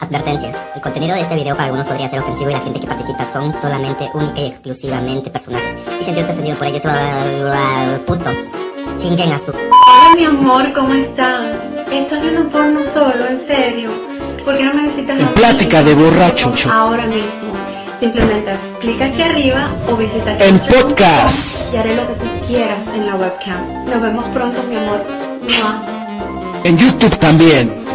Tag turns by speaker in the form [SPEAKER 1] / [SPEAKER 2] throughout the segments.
[SPEAKER 1] Advertencia. El contenido de este video para algunos podría ser ofensivo y la gente que participa son solamente, única y exclusivamente personajes. Y sentirse ofendido por ellos, ah, putos. Chinguen a su...
[SPEAKER 2] Hola mi amor, ¿cómo están? Estás viendo porno solo, en serio. ¿Por qué no me visitas a mí?
[SPEAKER 3] Plática de borracho.
[SPEAKER 2] Ahora mismo. Simplemente clic aquí arriba o visita
[SPEAKER 3] El
[SPEAKER 2] Chuchu.com
[SPEAKER 3] podcast.
[SPEAKER 2] Y haré lo que tú quieras en la webcam. Nos vemos pronto, mi amor. Mua.
[SPEAKER 3] En YouTube también.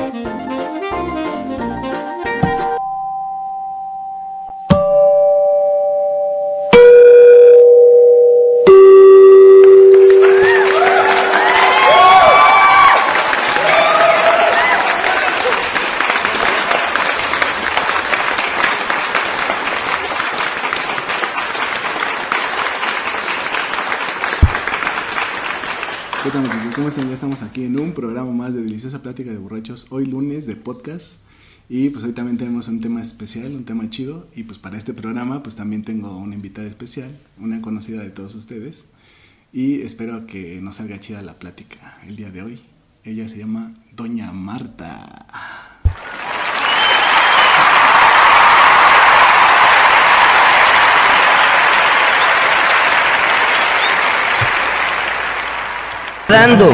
[SPEAKER 4] ¿Qué tal, amigos? ¿Cómo están? Ya estamos aquí en un programa más de Deliciosa Plática de Borrachos, hoy lunes de podcast. Y pues hoy también tenemos un tema especial, un tema chido. Y pues para este programa pues también tengo una invitada especial, una conocida de todos ustedes. Y espero que nos salga chida la plática el día de hoy. Ella se llama Doña Marta.
[SPEAKER 5] Dando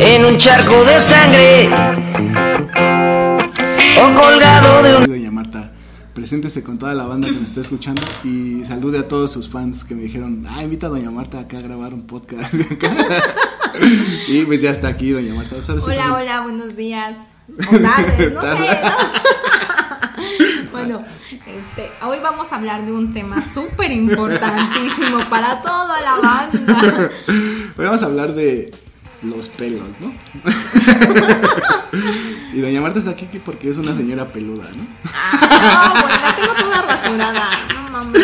[SPEAKER 5] en un charco de sangre o colgado de un
[SPEAKER 4] Doña Marta, preséntese con toda la banda que me está escuchando y salude a todos sus fans que me dijeron, ah, invita a Doña Marta acá a grabar un podcast. y pues ya está aquí Doña Marta. Ahora sí,
[SPEAKER 6] Hola,
[SPEAKER 4] presenta-
[SPEAKER 6] hola, buenos días. O tardes, no sé. ¿no? bueno, este, hoy vamos a hablar de un tema súper importantísimo para toda la banda.
[SPEAKER 4] pues, Hoy vamos a hablar de los pelos, ¿no? y Doña Marta está aquí porque es una señora peluda, ¿no?
[SPEAKER 6] Ah, no, güey, la tengo toda rasurada. No mames.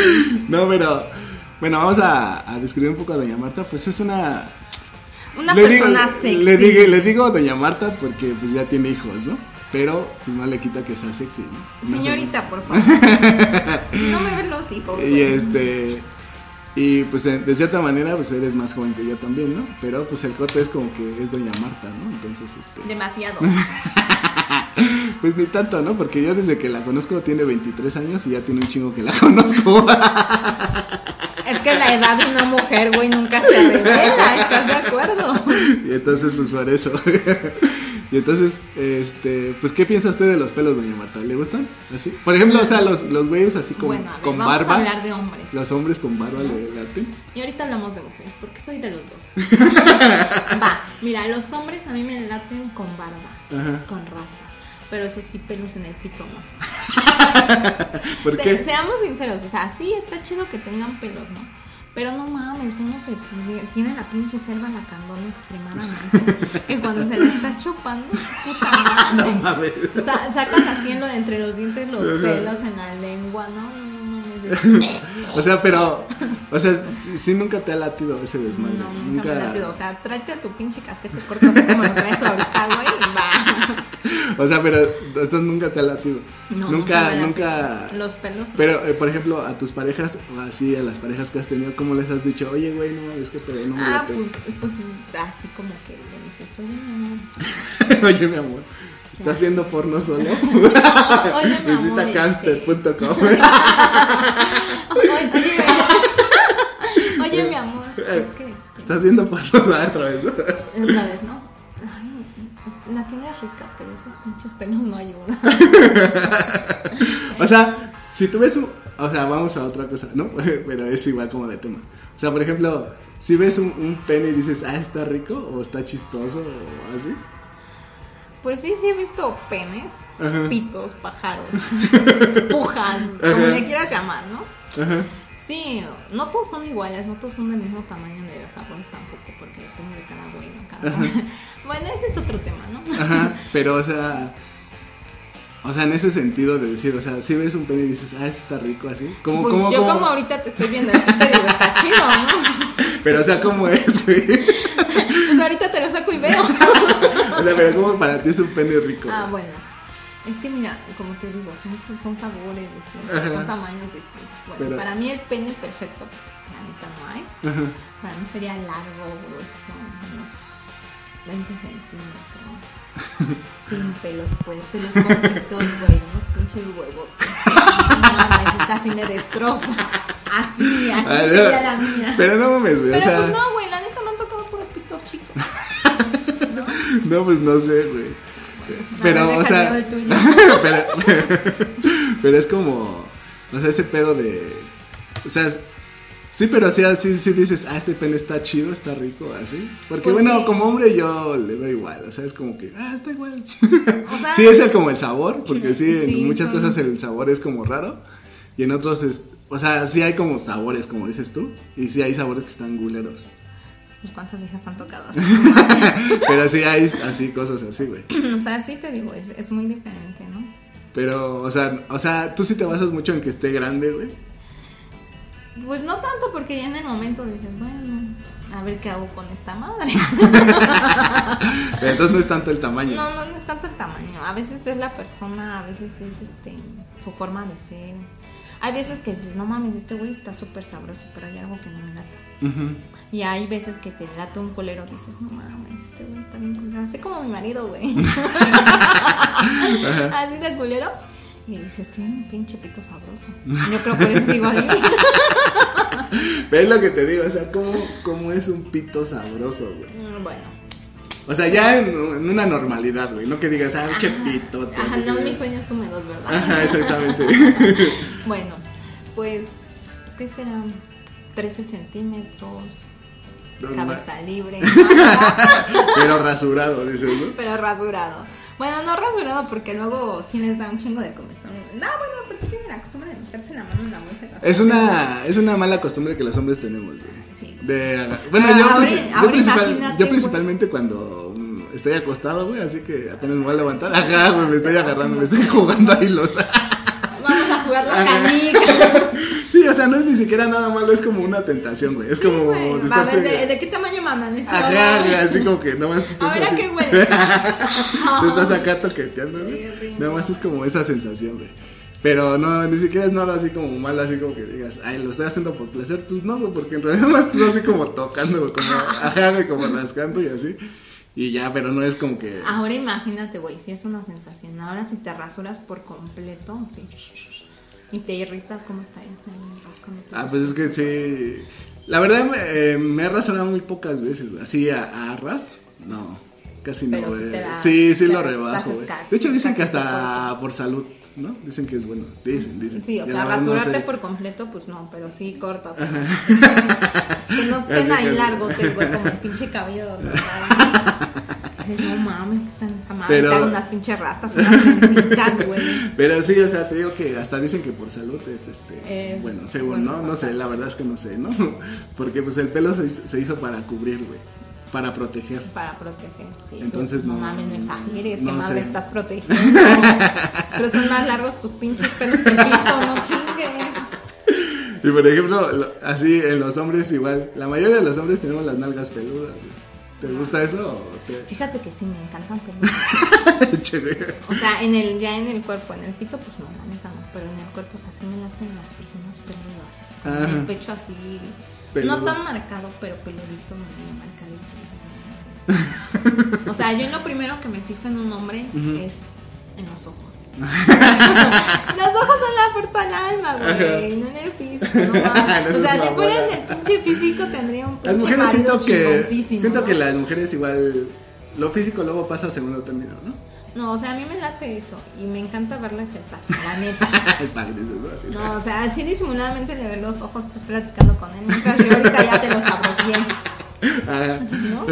[SPEAKER 4] No, pero bueno, vamos a, a describir un poco a Doña Marta. Pues es una...
[SPEAKER 6] Una
[SPEAKER 4] le digo-
[SPEAKER 6] persona sexy.
[SPEAKER 4] Le digo, le digo Doña Marta porque pues ya tiene hijos, ¿no? Pero pues no le quita que sea sexy, ¿no? Una
[SPEAKER 6] Señorita, por favor. No me ven los hijos.
[SPEAKER 4] Y
[SPEAKER 6] güey.
[SPEAKER 4] este. Y pues en- de cierta manera, pues eres más joven que yo también, ¿no? Pero pues el corte es como que es Doña Marta, ¿no? Entonces, este.
[SPEAKER 6] Demasiado.
[SPEAKER 4] Pues ni tanto, ¿no? Porque yo desde que la conozco tiene 23 años y ya tiene un chingo que la conozco.
[SPEAKER 6] Es que la edad de una mujer, güey, nunca se revela. ¿Estás de acuerdo?
[SPEAKER 4] y entonces, pues por eso. y entonces, este. Pues, ¿qué piensa usted de los pelos, Doña Marta? ¿Le gustan? Así. Por ejemplo, o sea, los, los güeyes así con,
[SPEAKER 6] Bueno, a ver,
[SPEAKER 4] con
[SPEAKER 6] vamos
[SPEAKER 4] barba.
[SPEAKER 6] a hablar de hombres.
[SPEAKER 4] Los hombres con barba le laten.
[SPEAKER 6] Y ahorita hablamos de mujeres, porque soy de los dos. Va, mira, los hombres a mí me laten con barba,
[SPEAKER 4] Ajá.
[SPEAKER 6] con rastas, pero eso sí, pelos en el pito, ¿no?
[SPEAKER 4] ¿Por
[SPEAKER 6] Se-
[SPEAKER 4] qué?
[SPEAKER 6] Seamos sinceros, o sea, sí está chido que tengan pelos, ¿no? Pero no mames, uno se tiene, tiene la pinche cerva la candona extremadamente. que cuando se la estás chupando, puta madre. O sea, sacas así en lo de entre los dientes los pelos en la lengua, ¿no? No, no, no, me des-
[SPEAKER 4] O sea, pero. O sea, sí, sí nunca te ha latido ese desmadre.
[SPEAKER 6] No, nunca me he latido. O sea, tráete a tu pinche casquete corto así como lo traes ahorita, güey, y va.
[SPEAKER 4] O sea, pero esto nunca te ha latido.
[SPEAKER 6] No,
[SPEAKER 4] nunca,
[SPEAKER 6] me he
[SPEAKER 4] nunca.
[SPEAKER 6] latido. Los pelos. no.
[SPEAKER 4] Pero, eh, por ejemplo, a tus parejas, o así, a las parejas que has tenido, ¿cómo les has dicho? Oye, güey, no, es que te veo, no me
[SPEAKER 6] Ah,
[SPEAKER 4] late".
[SPEAKER 6] pues, pues así como que le dices, oye, mi amor. pues,
[SPEAKER 4] Oye, mi amor, ¿estás viendo porno solo?
[SPEAKER 6] Oye, mi amor.
[SPEAKER 4] Visita
[SPEAKER 6] este,
[SPEAKER 4] canster.com.
[SPEAKER 6] Oye, oye, mi- oye, mi amor. Es que este,
[SPEAKER 4] ¿Estás viendo porno solo otra vez? ¿no?
[SPEAKER 6] una vez, ¿no? Ay, pues, la tienes rica, pero esos pinches pelos no ayudan.
[SPEAKER 4] O sea, si tú ves un... O sea, vamos a otra cosa, ¿no? Pero es igual como de tema. O sea, por ejemplo, si ves un, un pene y dices, ah, está rico o está chistoso o así.
[SPEAKER 6] Pues sí, sí he visto penes,
[SPEAKER 4] Ajá.
[SPEAKER 6] pitos, pájaros, pujas, como
[SPEAKER 4] Ajá.
[SPEAKER 6] le quieras llamar, ¿no?
[SPEAKER 4] Ajá.
[SPEAKER 6] Sí, no todos son iguales, no todos son del mismo tamaño ni de los sabores tampoco, porque depende de cada güey, ¿no? Cada Bueno, ese es otro tema, ¿no?
[SPEAKER 4] Ajá, pero o sea, o sea, en ese sentido de decir, o sea, si ves un pene y dices, ah, ese está rico así, como,
[SPEAKER 6] Pues
[SPEAKER 4] como,
[SPEAKER 6] yo
[SPEAKER 4] como,
[SPEAKER 6] como ahorita te estoy viendo, ahorita te digo, está chido, ¿no?
[SPEAKER 4] pero o sea, ¿cómo es? güey?
[SPEAKER 6] Pues ahorita te lo saco y veo.
[SPEAKER 4] o sea, pero como para ti es un pene rico.
[SPEAKER 6] Ah,
[SPEAKER 4] güey?
[SPEAKER 6] bueno. Es que mira, como te digo, son, son- son sabores distintos,
[SPEAKER 4] Ajá.
[SPEAKER 6] son tamaños distintos. Bueno,
[SPEAKER 4] Pero-
[SPEAKER 6] para mí el pene perfecto, porque la neta no hay. Para mí sería largo, grueso, unos 20 centímetros. sin pelos, pues, pelos cortitos, güey, unos sus huevos. No mames, esta sí me destroza. Así, así
[SPEAKER 4] Ah,
[SPEAKER 6] sería
[SPEAKER 4] no.
[SPEAKER 6] la mía. Pero,
[SPEAKER 4] Pero no mames, güey. O sea,
[SPEAKER 6] pues no, güey, la neta me han tocado puros pitos chicos.
[SPEAKER 4] no, pues no sé, güey. Pero,
[SPEAKER 6] Haber
[SPEAKER 4] o sea.
[SPEAKER 6] cambiado el tuyo.
[SPEAKER 4] pero, pero es como. O sea, ese pedo de. O sea. Sí, pero sí, sí, sí dices, ah, este pene está chido, está rico, así. Porque,
[SPEAKER 6] Pues
[SPEAKER 4] bueno,
[SPEAKER 6] sí.
[SPEAKER 4] como hombre yo le veo igual, o sea, es como que, ah, está igual.
[SPEAKER 6] O sea-
[SPEAKER 4] sí, es el- como el sabor, porque sí,
[SPEAKER 6] Sí,
[SPEAKER 4] en muchas
[SPEAKER 6] son-
[SPEAKER 4] cosas el sabor es como raro. Y en otros, es, o sea, sí hay como sabores, como dices tú, y sí hay sabores que están guleros.
[SPEAKER 6] Pues, ¿Cuántas viejas han tocado así?
[SPEAKER 4] pero sí hay así cosas así, güey.
[SPEAKER 6] O sea, sí te digo, es, es muy diferente, ¿no?
[SPEAKER 4] Pero, o sea, o sea, tú sí te basas mucho en que esté grande, güey.
[SPEAKER 6] Pues no tanto porque ya en el momento dices, bueno, a ver qué hago con esta madre.
[SPEAKER 4] Pero entonces no es tanto el tamaño.
[SPEAKER 6] No, no, no es tanto el tamaño. A veces es la persona, a veces es este su forma de ser. Hay veces que dices, no mames, este güey está súper sabroso, pero hay algo que no me late.
[SPEAKER 4] Ujú.
[SPEAKER 6] Y hay veces que te late un culero que dices, no mames, este güey está bien culero. Así como mi marido, güey. Así de culero. Y dices, tiene un pinche pito sabroso. Yo creo que por eso sigo ahí.
[SPEAKER 4] Pero es lo que te digo, o sea, ¿cómo, cómo es un pito sabroso, güey?
[SPEAKER 6] Mm, bueno.
[SPEAKER 4] O sea, ya en, en una normalidad, güey. No que digas, ah, che pito.
[SPEAKER 6] Ajá, no, mis sueños húmedos, ¿verdad?
[SPEAKER 4] Ajá, exactamente.
[SPEAKER 6] Bueno, pues, ¿qué serán? 13 centímetros,
[SPEAKER 4] No,
[SPEAKER 6] cabeza libre,
[SPEAKER 4] Pero rasurado, dices, ¿no?
[SPEAKER 6] pero rasurado. Bueno, no rasurado porque luego sí les da un chingo de comezón. No, bueno, pero sí tienen la costumbre de meterse la mano en la bolsa. y
[SPEAKER 4] Es
[SPEAKER 6] rascarse.
[SPEAKER 4] una, es una mala costumbre que los hombres tenemos, güey.
[SPEAKER 6] Sí.
[SPEAKER 4] De, bueno,
[SPEAKER 6] Ah,
[SPEAKER 4] yo,
[SPEAKER 6] ahora-
[SPEAKER 4] princi- yo
[SPEAKER 6] ahora
[SPEAKER 4] principal-
[SPEAKER 6] imagínate,
[SPEAKER 4] yo
[SPEAKER 6] güey.
[SPEAKER 4] principalmente cuando mm, estoy acostado, güey, así que apenas me voy a levantar. Ajá, güey, me estoy agarrando, me estoy jugando ahí los...
[SPEAKER 6] Vamos a jugar las canicas.
[SPEAKER 4] Sí, o sea, no es ni siquiera nada malo, es como una tentación, güey. Es como
[SPEAKER 6] Bueno,
[SPEAKER 4] de
[SPEAKER 6] va a
[SPEAKER 4] estarse-
[SPEAKER 6] ver, ¿de, de qué tamaño me amaneció?
[SPEAKER 4] Oh, Ajá, güey, así como que nada más te estás
[SPEAKER 6] Ahora
[SPEAKER 4] así-
[SPEAKER 6] qué huele.
[SPEAKER 4] Te estás acá toqueteando, güey.
[SPEAKER 6] Sí, sí,
[SPEAKER 4] nada
[SPEAKER 6] no.
[SPEAKER 4] más es como esa sensación, güey. Pero no, ni siquiera es nada así como mal, así como que digas, ay, lo estoy haciendo por placer. Pues no, güey, porque en realidad más estás así como tocando, güey, como, ajá, güey, como rascando y así. Y ya, pero no es como que.
[SPEAKER 6] Ahora imagínate, güey, si es una sensación. Ahora si te rasuras por completo, sí. Y te irritas, ¿cómo estarías ahí rascándote?
[SPEAKER 4] Ah, pues es que sí. La verdad, me, eh, me he rasurado muy pocas veces, güey. Así a, a ras, no. Casi no,
[SPEAKER 6] Pero sí
[SPEAKER 4] güey.
[SPEAKER 6] te la-
[SPEAKER 4] Sí, sí
[SPEAKER 6] te
[SPEAKER 4] lo
[SPEAKER 6] las- las
[SPEAKER 4] rebajo, güey.
[SPEAKER 6] esca-
[SPEAKER 4] De hecho, dicen que
[SPEAKER 6] las
[SPEAKER 4] hasta por salud, ¿no? Dicen que es bueno. Dicen, dicen.
[SPEAKER 6] Sí,
[SPEAKER 4] Ya
[SPEAKER 6] o
[SPEAKER 4] pues,
[SPEAKER 6] sea,
[SPEAKER 4] la verdad no
[SPEAKER 6] rasurarte
[SPEAKER 4] sé.
[SPEAKER 6] por completo, pues no, pero sí, corta. que no estén
[SPEAKER 4] Así
[SPEAKER 6] ahí
[SPEAKER 4] que-
[SPEAKER 6] largotes, güey, como el pinche cabello. ¿no? Dices, no mames, que están esa madre.
[SPEAKER 4] Pero-
[SPEAKER 6] te hago unas pinches rastas, unas trencitas, güey.
[SPEAKER 4] Pero sí, o sea, te digo que hasta dicen que por salud es este.
[SPEAKER 6] Es
[SPEAKER 4] bueno, según,
[SPEAKER 6] bueno
[SPEAKER 4] ¿no?
[SPEAKER 6] para
[SPEAKER 4] No sé, la verdad es que no sé, ¿no? Porque pues el pelo se, hizo- se hizo para cubrir, güey. Para proteger.
[SPEAKER 6] Para proteger, sí.
[SPEAKER 4] Entonces,
[SPEAKER 6] no.
[SPEAKER 4] no,
[SPEAKER 6] mames, no exageres,
[SPEAKER 4] no
[SPEAKER 6] que madre
[SPEAKER 4] sé.
[SPEAKER 6] estás protegiendo. pero son más largos tus pinches pelos que el pito, no chingues.
[SPEAKER 4] Y por ejemplo, lo- así en los hombres igual. La mayoría de los hombres tenemos las nalgas peludas, güey. ¿Te gusta eso o te.?
[SPEAKER 6] Fíjate que sí, me encantan pelos.
[SPEAKER 4] Che, güey.
[SPEAKER 6] O sea, en el, ya en el cuerpo, en el pito, pues no, la neta no, pero en el cuerpo, o sea, sí me laten las personas peludas. Con
[SPEAKER 4] Ajá.
[SPEAKER 6] el pecho así,
[SPEAKER 4] Peludo.
[SPEAKER 6] no tan marcado, pero peludito, medio marcadito. pues, no, no, no. O sea, yo en lo primero que me fijo en un hombre es en los ojos. los ojos son la puerta al alma, güey, no en el físico, no mames.
[SPEAKER 4] Eso
[SPEAKER 6] O
[SPEAKER 4] es
[SPEAKER 6] sea, si
[SPEAKER 4] mamada.
[SPEAKER 6] fuera en el pinche físico tendría un pinche
[SPEAKER 4] Las mujeres
[SPEAKER 6] marido
[SPEAKER 4] siento que.
[SPEAKER 6] chingoncísimo,
[SPEAKER 4] Siento
[SPEAKER 6] ¿no?
[SPEAKER 4] que las mujeres igual. Lo físico luego pasa a segundo término, ¿no?
[SPEAKER 6] No, o sea, a mí me late eso y me encanta verles el pato, la neta.
[SPEAKER 4] El pack, dices, ¿no? Así.
[SPEAKER 6] No, o sea, así disimuladamente le ves los ojos, estás platicando con él. Nunca yo ahorita ya te los abrocié,
[SPEAKER 4] Ajá.
[SPEAKER 6] ¿no?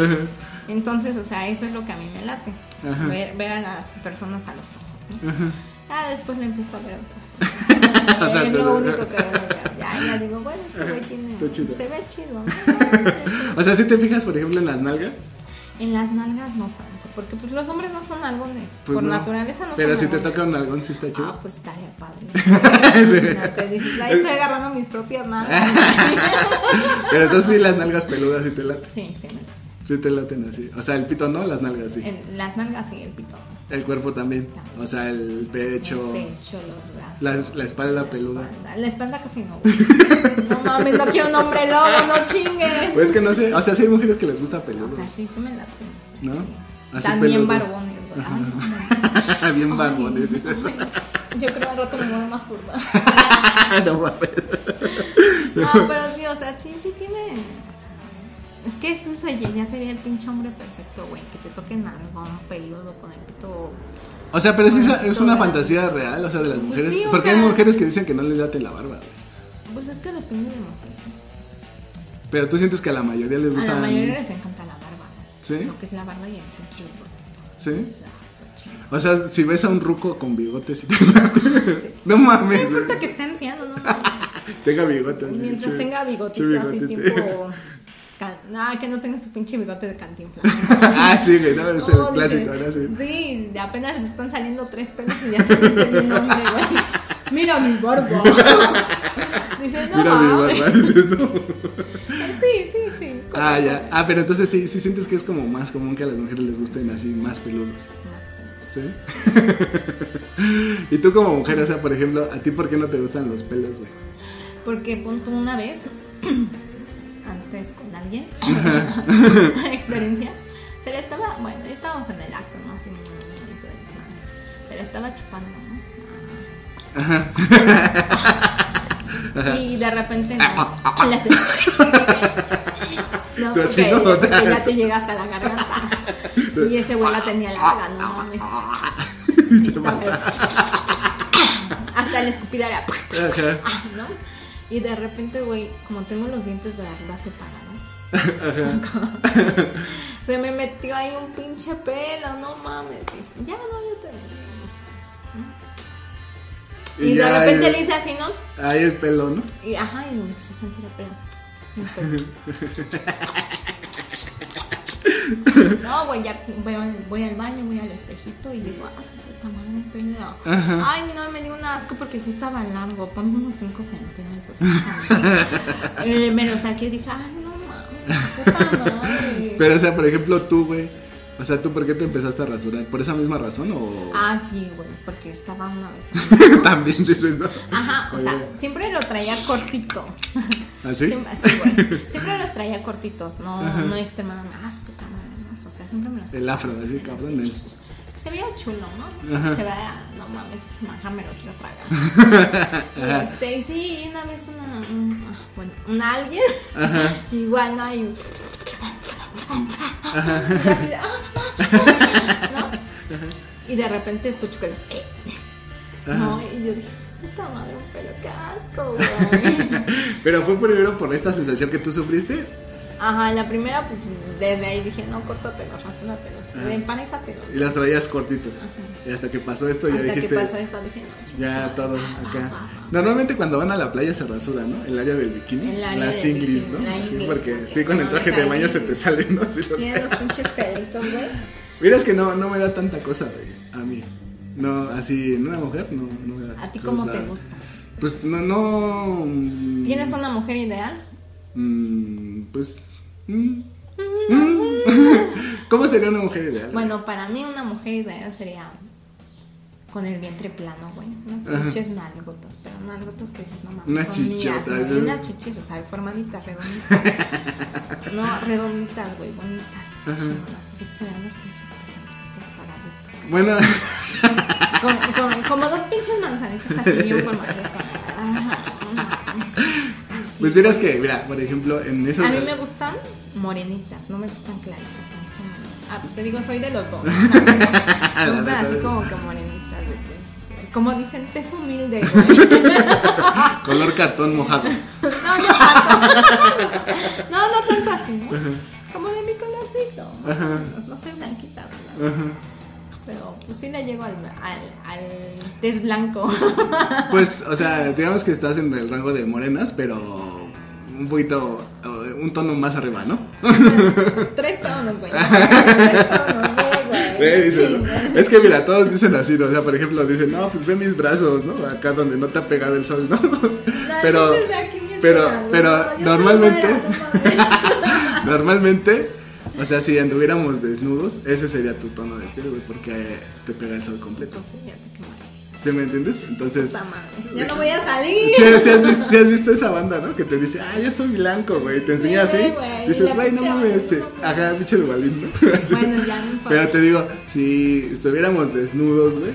[SPEAKER 6] Entonces, o sea, eso es lo que a mí me late. Ver, ver a las personas a los ojos, ¿no? Ah, después le empiezo a ver otras cosas.
[SPEAKER 4] Otras
[SPEAKER 6] es lo
[SPEAKER 4] cosas.
[SPEAKER 6] único que veo. Ya, ya, ya digo, bueno, este güey tiene.
[SPEAKER 4] Está chido.
[SPEAKER 6] Se ve chido. ¿no?
[SPEAKER 4] O sea, si te fijas, por ejemplo, en las nalgas.
[SPEAKER 6] En las nalgas no tanto, porque pues los hombres no son algones.
[SPEAKER 4] Pues
[SPEAKER 6] Por
[SPEAKER 4] no.
[SPEAKER 6] naturaleza no
[SPEAKER 4] Pero
[SPEAKER 6] son
[SPEAKER 4] si te
[SPEAKER 6] nalgones.
[SPEAKER 4] toca un algón, sí está
[SPEAKER 6] Ah,
[SPEAKER 4] chido.
[SPEAKER 6] pues estaría padre.
[SPEAKER 4] Sí.
[SPEAKER 6] No, te dices, ahí estoy agarrando mis propias nalgas.
[SPEAKER 4] Pero entonces sí, las nalgas peludas sí te laten.
[SPEAKER 6] Sí, sí, me-
[SPEAKER 4] Sí te laten así. O sea, el pito no, las nalgas sí.
[SPEAKER 6] el- las nalgas y el pito.
[SPEAKER 4] El cuerpo también. O sea, el pecho.
[SPEAKER 6] El pecho, los brazos.
[SPEAKER 4] La- la espalda peluda.
[SPEAKER 6] espalda. La espalda casi no. güey. No mames, no quiero un hombre lobo, no chingues.
[SPEAKER 4] Pues es que no sé. O sea, sí hay mujeres que les gusta
[SPEAKER 6] O
[SPEAKER 4] peludos.
[SPEAKER 6] sea, sí, sí me late. o sea,
[SPEAKER 4] ¿No?
[SPEAKER 6] sí.
[SPEAKER 4] Así
[SPEAKER 6] Están bien
[SPEAKER 4] peludo.
[SPEAKER 6] barbones, güey. Ay, no, no.
[SPEAKER 4] Bien
[SPEAKER 6] Ay,
[SPEAKER 4] barbones.
[SPEAKER 6] no, güey. Yo creo al rato me voy a masturbar.
[SPEAKER 4] Ah, no mames.
[SPEAKER 6] No, pero sí, o sea, sí, sí tiene. o sea, Es que eso es, oye, ya sería el pinche hombre perfecto, güey. Que te toquen algo, un peludo con el pito.
[SPEAKER 4] O sea, pero sí es, es una fantasía real, o sea, de las mujeres.
[SPEAKER 6] Pues sí, o
[SPEAKER 4] porque hay
[SPEAKER 6] sea-
[SPEAKER 4] mujeres que dicen que no les late la barba. güey.
[SPEAKER 6] Pues es que depende de mujeres.
[SPEAKER 4] Pero tú sientes que a la mayoría les
[SPEAKER 6] A
[SPEAKER 4] gusta.
[SPEAKER 6] la mayoría les encanta la barba.
[SPEAKER 4] ¿Sí?
[SPEAKER 6] Lo que es la barba y el pinche bigote.
[SPEAKER 4] ¿Sí?
[SPEAKER 6] O sea, está chido.
[SPEAKER 4] O sea, si ves a un ruco con bigotes y te late. No mames.
[SPEAKER 6] No importa
[SPEAKER 4] güey.
[SPEAKER 6] que esté anciano, no mames.
[SPEAKER 4] Tenga bigotes.
[SPEAKER 6] Mientras
[SPEAKER 4] che-
[SPEAKER 6] tenga
[SPEAKER 4] che
[SPEAKER 6] bigotito así
[SPEAKER 4] bigotito.
[SPEAKER 6] tipo. ca- Ah, que no tenga su pinche bigote de cantinflas.
[SPEAKER 4] ah, sí, güey, no, es el
[SPEAKER 6] No, Oh, dice,
[SPEAKER 4] clásico, ahora sí.
[SPEAKER 6] Sí, de apenas le están saliendo tres pelos y ya se siente bien hombre, güey. Mira mi barba. Dice, no
[SPEAKER 4] Mira mi
[SPEAKER 6] mames.
[SPEAKER 4] barba, dices, no.
[SPEAKER 6] Sí, sí, sí.
[SPEAKER 4] Ah, ya. Ah, pero entonces sí, sí sientes que es como más común que a las mujeres les gusten así, más peludos.
[SPEAKER 6] Más pelos.
[SPEAKER 4] ¿Sí? y tú como mujer, o sea, por ejemplo, ¿a ti por qué no te gustan los pelos, güey?
[SPEAKER 6] Porque punto una vez, antes con alguien, experiencia, se le estaba, bueno, ya estábamos en el acto, ¿no? Así, y todo el desmadre. se le estaba chupando, ¿no? Y de repente
[SPEAKER 4] Ah,
[SPEAKER 6] no, le hace- No,
[SPEAKER 4] Tú así,
[SPEAKER 6] porque
[SPEAKER 4] ¿no?
[SPEAKER 6] porque ya te llega hasta la garganta. Y ese güey la tenía larga, no
[SPEAKER 4] Ah,
[SPEAKER 6] mames. Sabe. Hasta la escupida era.
[SPEAKER 4] Ajá.
[SPEAKER 6] ¿no? Y de repente, güey, como tengo los dientes de arriba separados, se me metió ahí un pinche pelo, no mames. dije, ya no, yo terminé con ustedes", ¿no? Y, de
[SPEAKER 4] ya
[SPEAKER 6] repente
[SPEAKER 4] ahí-
[SPEAKER 6] le hice así, ¿no?
[SPEAKER 4] Ahí el pelo, ¿no?
[SPEAKER 6] Y ajá, y me empezó a sentir el pelo. No estoy. No, güey, ya voy, al- voy al baño, voy al espejito y digo, ah, su puta madre, mi pelo. Ay, no, me dio un asco porque sí estaba largo, ponme unos 5 centímetros. Eh, me lo saqué y dije, ay, no mames, puta madre.
[SPEAKER 4] Pero, o sea, por ejemplo, tú, güey. O sea, ¿tú por qué te empezaste a rasurar? ¿Por esa misma razón o...?
[SPEAKER 6] Ah, sí, güey, porque estaba una vez.
[SPEAKER 4] También dices, ¿no?
[SPEAKER 6] Ajá, o sea,
[SPEAKER 4] Oye,
[SPEAKER 6] siempre lo traía cortito.
[SPEAKER 4] ¿Así?
[SPEAKER 6] Siempre, así, güey. Siempre los traía cortitos, no, no extremadamente. Ah, su puta madre, ¿no? O sea, siempre me los
[SPEAKER 4] El afro, así, cabrón. el-
[SPEAKER 6] Se veía chulo, ¿no? Se veía, no mames, ese manjar me lo quiero tragar. y este, y sí, y una vez una, un- ah, bueno, un alguien, igual, ¿no? Y, y así de, ah, ah, ah, ¿no? Y de repente escucho que les, "Eh". no, y yo dije, su puta madre, un pelo, qué asco, güey.
[SPEAKER 4] Pero fue primero por esta sensación que tú sufriste.
[SPEAKER 6] Ajá, la primera, pues, desde ahí dije, no, córtatelos, rasúratelos, emparejatelos.
[SPEAKER 4] Y las traías cortitos. Y hasta que pasó esto ya
[SPEAKER 6] Hasta
[SPEAKER 4] dijiste.
[SPEAKER 6] que pasó esto, dije, no, chicos,
[SPEAKER 4] Ya
[SPEAKER 6] no,
[SPEAKER 4] todo
[SPEAKER 6] fa, fa,
[SPEAKER 4] acá.
[SPEAKER 6] fa, fa.
[SPEAKER 4] Normalmente cuando van a la playa se rasura, ¿no? El área del bikini.
[SPEAKER 6] El área
[SPEAKER 4] las
[SPEAKER 6] del
[SPEAKER 4] inglis,
[SPEAKER 6] bikini,
[SPEAKER 4] ¿no?
[SPEAKER 6] la
[SPEAKER 4] Sí,
[SPEAKER 6] inglis,
[SPEAKER 4] porque
[SPEAKER 6] porque
[SPEAKER 4] sí, con el
[SPEAKER 6] no
[SPEAKER 4] traje de
[SPEAKER 6] salen.
[SPEAKER 4] baño se te salen, ¿no? Sí, los-
[SPEAKER 6] Tienen los pinches pelitos, güey.
[SPEAKER 4] Mira, es que no, no me da tanta cosa, güey. A mí. No, así, en una mujer no, no me da
[SPEAKER 6] ¿A ti cómo
[SPEAKER 4] cosa.
[SPEAKER 6] te gusta?
[SPEAKER 4] Pues no, no. mm,
[SPEAKER 6] ¿Tienes una mujer ideal?
[SPEAKER 4] mm, pues. mm, mm. ¿Cómo sería una mujer ideal?
[SPEAKER 6] Bueno, para mí una mujer ideal sería con el vientre plano, güey. Unas pinches nalgotas, pero nalgotas que dices, no mames,
[SPEAKER 4] Unas
[SPEAKER 6] son
[SPEAKER 4] chichotas,
[SPEAKER 6] mías. ¿no?
[SPEAKER 4] ¿no?
[SPEAKER 6] Y unas chichis, o sea, formaditas, redonditas. no, redonditas, güey, bonitas. chingonas, Así que serían los pinches pezoncitos paraditos.
[SPEAKER 4] Bueno,
[SPEAKER 6] Como, como- como dos pinches manzanitas así bien formaditas. como- ajá, así,
[SPEAKER 4] pues verás
[SPEAKER 6] güey.
[SPEAKER 4] que, mira, por ejemplo, en esos.
[SPEAKER 6] A mí me gustan morenitas, no me gustan claritas. me gustan morenitas. Ah, pues te digo, soy de los dos. Me gustan así como que morenitas de tez. Como dicen, tez humilde, güey.
[SPEAKER 4] Color cartón mojado.
[SPEAKER 6] No, no tanto. No, no tanto así, ¿no? Como de mi colorcito. más o menos, No soy blanquita, ¿verdad? Pero pues sí le llego al, al, al tez blanco.
[SPEAKER 4] Pues, o sea, digamos que estás en el rango de morenas, pero un poquito, eh, un tono más arriba, ¿no?
[SPEAKER 6] Tres tonos, güey. Tres tonos, güey,
[SPEAKER 4] Eh,
[SPEAKER 6] güey.
[SPEAKER 4] dices, es que mira, todos dicen así, ¿no? O sea, por ejemplo, dicen, no, pues ve mis brazos, ¿no? Acá donde no te ha pegado el sol, ¿no? Pero,
[SPEAKER 6] entonces ve aquí mis
[SPEAKER 4] pero,
[SPEAKER 6] brazos,
[SPEAKER 4] pero
[SPEAKER 6] yo soy
[SPEAKER 4] normalmente,
[SPEAKER 6] güera,
[SPEAKER 4] normalmente, o sea, si anduviéramos desnudos, ese sería tu tono de piel, güey, porque te pega el sol completo.
[SPEAKER 6] Sí, ya te quemé.
[SPEAKER 4] ¿Sí me entiendes? Entonces,
[SPEAKER 6] Puta madre. Ya no voy a salir.
[SPEAKER 4] Si has, visto, sí has visto esa banda, ¿no? Que te dice, ah, yo soy blanco, güey. Te enseña
[SPEAKER 6] Sí,
[SPEAKER 4] así.
[SPEAKER 6] güey,
[SPEAKER 4] Dices,
[SPEAKER 6] la
[SPEAKER 4] güey, no
[SPEAKER 6] pinche
[SPEAKER 4] mames. eh,
[SPEAKER 6] Duvalín, no mames.
[SPEAKER 4] Ajá, pinche Duvalín, ¿no? Así.
[SPEAKER 6] Bueno, ya no importa.
[SPEAKER 4] Pero te digo, si estuviéramos desnudos, güey,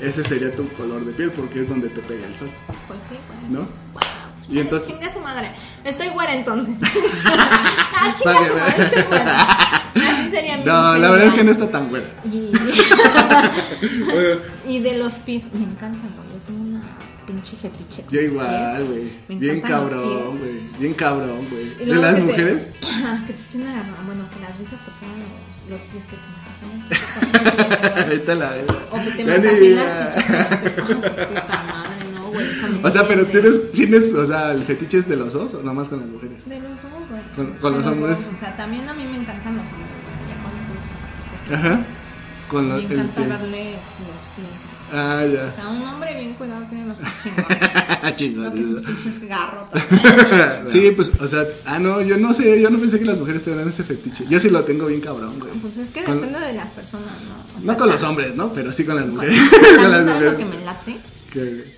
[SPEAKER 4] ese sería tu color de piel porque es donde te pega el sol,
[SPEAKER 6] Pues sí, güey.
[SPEAKER 4] ¿no?
[SPEAKER 6] Bueno,
[SPEAKER 4] Y
[SPEAKER 6] chale,
[SPEAKER 4] entonces-
[SPEAKER 6] Chinga su madre. Estoy güera entonces. ah, chinga tu madre, estoy güera. Así sería mi
[SPEAKER 4] No, la verdad es que no
[SPEAKER 6] opinión.
[SPEAKER 4] está tan buena.
[SPEAKER 6] Y,
[SPEAKER 4] Bueno,
[SPEAKER 6] y de los pies, me encanta, güey. Yo tengo una pinche fetiche. con
[SPEAKER 4] yo
[SPEAKER 6] los
[SPEAKER 4] igual,
[SPEAKER 6] pies.
[SPEAKER 4] güey.
[SPEAKER 6] Me
[SPEAKER 4] Bien
[SPEAKER 6] encantan los
[SPEAKER 4] cabrón,
[SPEAKER 6] pies.
[SPEAKER 4] güey. Bien cabrón, güey.
[SPEAKER 6] Y
[SPEAKER 4] De
[SPEAKER 6] luego
[SPEAKER 4] las
[SPEAKER 6] que te-
[SPEAKER 4] mujeres,
[SPEAKER 6] Ajá, que te estén agarrando. ah, Bueno, que las viejas te pongan los, los pies que te masajean.
[SPEAKER 4] Ahí está la
[SPEAKER 6] O que
[SPEAKER 4] Ya ni
[SPEAKER 6] te masajen
[SPEAKER 4] idea.
[SPEAKER 6] las chichis. con los pies. Ah, su puta madre, no, güey. eso me
[SPEAKER 4] O sea, pero
[SPEAKER 6] enciende.
[SPEAKER 4] tienes, tienes, o sea, el fetiche es de los dos o nomás con las mujeres.
[SPEAKER 6] De los dos, güey.
[SPEAKER 4] Con- con
[SPEAKER 6] De
[SPEAKER 4] los hombres.
[SPEAKER 6] dos, O sea, también a mí me encantan los hombres, güey. Ya cuando tú estás aquí. porque
[SPEAKER 4] Ajá. Con lo-
[SPEAKER 6] Me
[SPEAKER 4] el
[SPEAKER 6] encanta
[SPEAKER 4] que-
[SPEAKER 6] verles los pies, güey.
[SPEAKER 4] Ah,
[SPEAKER 6] O
[SPEAKER 4] ya.
[SPEAKER 6] sea, un hombre bien cuidado tiene los pies chingones.
[SPEAKER 4] Ah, Chingón.
[SPEAKER 6] No pues, que sus pinches garrotas.
[SPEAKER 4] Sí, pues, o sea, ah, no, yo no sé, yo no pensé que las mujeres tuvieran ese fetiche. Yo sí lo tengo bien cabrón, güey.
[SPEAKER 6] Pues es que
[SPEAKER 4] Con-
[SPEAKER 6] depende de las personas, ¿no? O
[SPEAKER 4] No con los hombres, ¿no? Pero sí con las mujeres. Con las
[SPEAKER 6] ¿Sabes lo que
[SPEAKER 4] mujeres.
[SPEAKER 6] me late?
[SPEAKER 4] Que-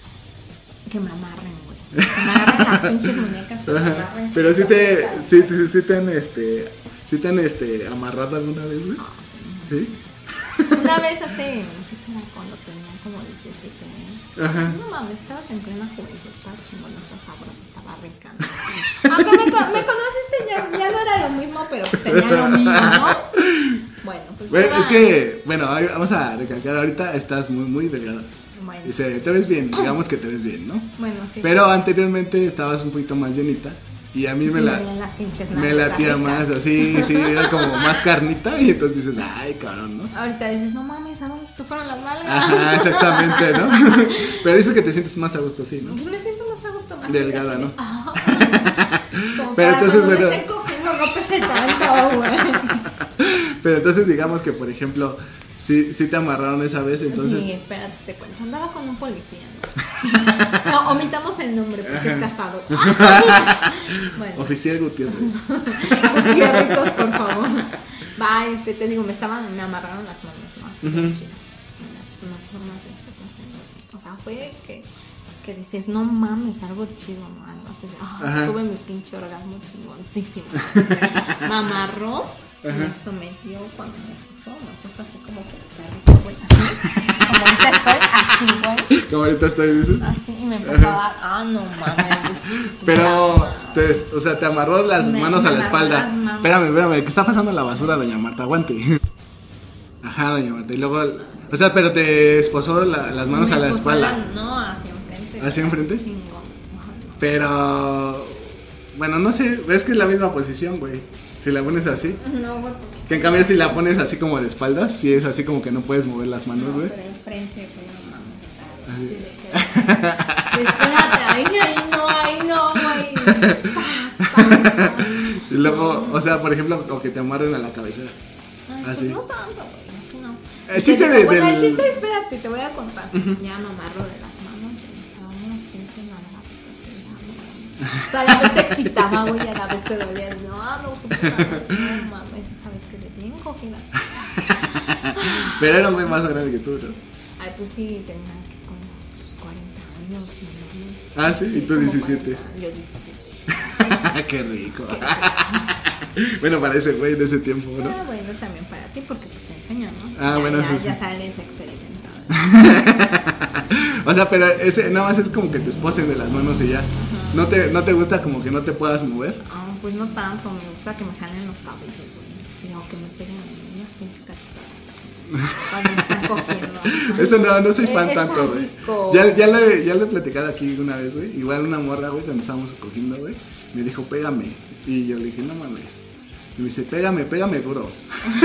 [SPEAKER 6] Que me amarren, güey. Que me agarren las pinches muñecas, que me
[SPEAKER 4] Ajá.
[SPEAKER 6] amarren.
[SPEAKER 4] Pero sí te, sí, sí, sí te han, este, sí te han, este, amarrado alguna vez, güey.
[SPEAKER 6] Sí.
[SPEAKER 4] Sí.
[SPEAKER 6] Una vez hace, ¿qué será? Cuando tenía como 17 años.
[SPEAKER 4] Ajá.
[SPEAKER 6] No mames, estabas en plena juventud, estaba chingona, estaba sabrosa, estaba rica. ¿no? Aunque me, co- me conociste ya, ya no era lo mismo, pero pues tenía lo mío, ¿no? Bueno, pues.
[SPEAKER 4] Güey,
[SPEAKER 6] estaba-
[SPEAKER 4] es que, bueno, ahí vamos a recalcar, ahorita estás muy, muy delgada.
[SPEAKER 6] Bueno,
[SPEAKER 4] Y se- te ves bien, digamos que te ves bien, ¿no?
[SPEAKER 6] bueno, sí.
[SPEAKER 4] Pero anteriormente estabas un poquito más llenita y a mí
[SPEAKER 6] sí
[SPEAKER 4] me la...
[SPEAKER 6] me veían las pinches
[SPEAKER 4] Me
[SPEAKER 6] nalgas,
[SPEAKER 4] latía
[SPEAKER 6] las
[SPEAKER 4] más,
[SPEAKER 6] ricas.
[SPEAKER 4] así, sí, era como más carnita y entonces dices, ay, cabrón, ¿no?
[SPEAKER 6] Ahorita dices, no mames, ¿a dónde se te fueron las nalgas?
[SPEAKER 4] Ajá, exactamente, ¿no? Pero dices que te sientes más a gusto así, ¿no?
[SPEAKER 6] Pues me siento más a gusto, más
[SPEAKER 4] Delgada,
[SPEAKER 6] así de,
[SPEAKER 4] ¿no?
[SPEAKER 6] "Ah".
[SPEAKER 4] Pero
[SPEAKER 6] Como para
[SPEAKER 4] entonces,
[SPEAKER 6] cuando
[SPEAKER 4] bueno.
[SPEAKER 6] me estén cogiendo no pese tanto, güey.
[SPEAKER 4] Pero entonces digamos que, por ejemplo, sí, sí te amarraron esa vez, entonces...
[SPEAKER 6] sí, espérate, te cuento. Andaba con un policía, ¿no? No, omitamos el nombre porque es casado. bueno,
[SPEAKER 4] Oficial Gutiérrez.
[SPEAKER 6] Gutiérrez, por favor. Va, este, te digo, me estaban, me amarraron las manos, ¿no? Así de chido. Me las- me- me- me hacen cosas así, ¿no? pues, O sea, fue que, que dices, no mames, algo chido, ¿no? Algo así de, ah,
[SPEAKER 4] Ajá.
[SPEAKER 6] tuve mi pinche orgasmo chingoncísimo. me amarró, me sometió cuando me puso, me puso así como que perrito, güey, así. Como ahorita estoy así, güey.
[SPEAKER 4] Como ahorita estoy, dices.
[SPEAKER 6] Así, y me empezó a dar, ah, no mames. dije, su puta
[SPEAKER 4] Pero,
[SPEAKER 6] madre.
[SPEAKER 4] te des- o sea, te amarró las
[SPEAKER 6] Me-
[SPEAKER 4] manos a
[SPEAKER 6] me
[SPEAKER 4] la
[SPEAKER 6] amarró
[SPEAKER 4] espalda.
[SPEAKER 6] las manos.
[SPEAKER 4] Espérame, espérame, que está pasando la basura, doña Marta, aguante. Ajá, doña Marta, y luego, o sea, pero te esposó la- las manos
[SPEAKER 6] Me
[SPEAKER 4] a la
[SPEAKER 6] puso
[SPEAKER 4] espalda.
[SPEAKER 6] no, hacia enfrente.
[SPEAKER 4] ¿Hacia enfrente?
[SPEAKER 6] Chingón. Ajá.
[SPEAKER 4] Pero, bueno, no sé, es que es la misma posición, güey. Si la pones así.
[SPEAKER 6] No, güey, porque
[SPEAKER 4] Que en cambio si la pones así como de espaldas, si es así como que no puedes mover las manos,
[SPEAKER 6] no,
[SPEAKER 4] güey. Ah,
[SPEAKER 6] pero enfrente, güey, no mames. O sea, así de que. Espérate, ahí, ahí no, ahí no, güey. Sas, tas,
[SPEAKER 4] Y luego, o sea, por ejemplo, o que te amarren a la cabecera.
[SPEAKER 6] Ay,
[SPEAKER 4] Así.
[SPEAKER 6] Pues no tanto, güey, así no.
[SPEAKER 4] Ah, El
[SPEAKER 6] Y
[SPEAKER 4] chiste
[SPEAKER 6] te digo,
[SPEAKER 4] de-
[SPEAKER 6] bueno,
[SPEAKER 4] del-
[SPEAKER 6] el chiste, espérate, te voy a contar. Ya mamarro de las manos y me estaba dando unas pinches nalgaditas que ya no mames. O sea, a la vez te excitaba, güey, y a la vez te dolía. No, no, su puta madre, no mames, esa vez quedé bien cogida.
[SPEAKER 4] Pero era un güey más grande que tú, ¿no?
[SPEAKER 6] Ay, pues sí, tenían que como sus 40 años y no
[SPEAKER 4] Ah, sí, y tú
[SPEAKER 6] como
[SPEAKER 4] 17.
[SPEAKER 6] 40, yo 17.
[SPEAKER 4] Qué rico. bueno, para ese güey de ese tiempo, ¿no?
[SPEAKER 6] Ah, bueno, también para ti, porque pues te enseño, ¿no?
[SPEAKER 4] Ah,
[SPEAKER 6] Ya-
[SPEAKER 4] bueno,
[SPEAKER 6] ya,
[SPEAKER 4] eso sí.
[SPEAKER 6] ya sales experimentado.
[SPEAKER 4] O sea, pero ese nada más es como que te esposen de las manos y ya. ¿No te, ¿No te gusta como que no te puedas mover?
[SPEAKER 6] Ah, pues no tanto, me gusta que me jalen los cabellos, güey. Sino que me peguen unas pinches cachetadas. Cuando me están cogiendo.
[SPEAKER 4] Eso no, no soy
[SPEAKER 6] Eh,
[SPEAKER 4] fan
[SPEAKER 6] es
[SPEAKER 4] tanto, güey.
[SPEAKER 6] sádico.
[SPEAKER 4] Ya, ya, lo, he- ya lo he platicado aquí una vez, güey. Igual una morra, güey, cuando estábamos cogiendo, güey, me dijo, pégame. Y yo le dije, no mames. Y me dice, pégame, pégame duro.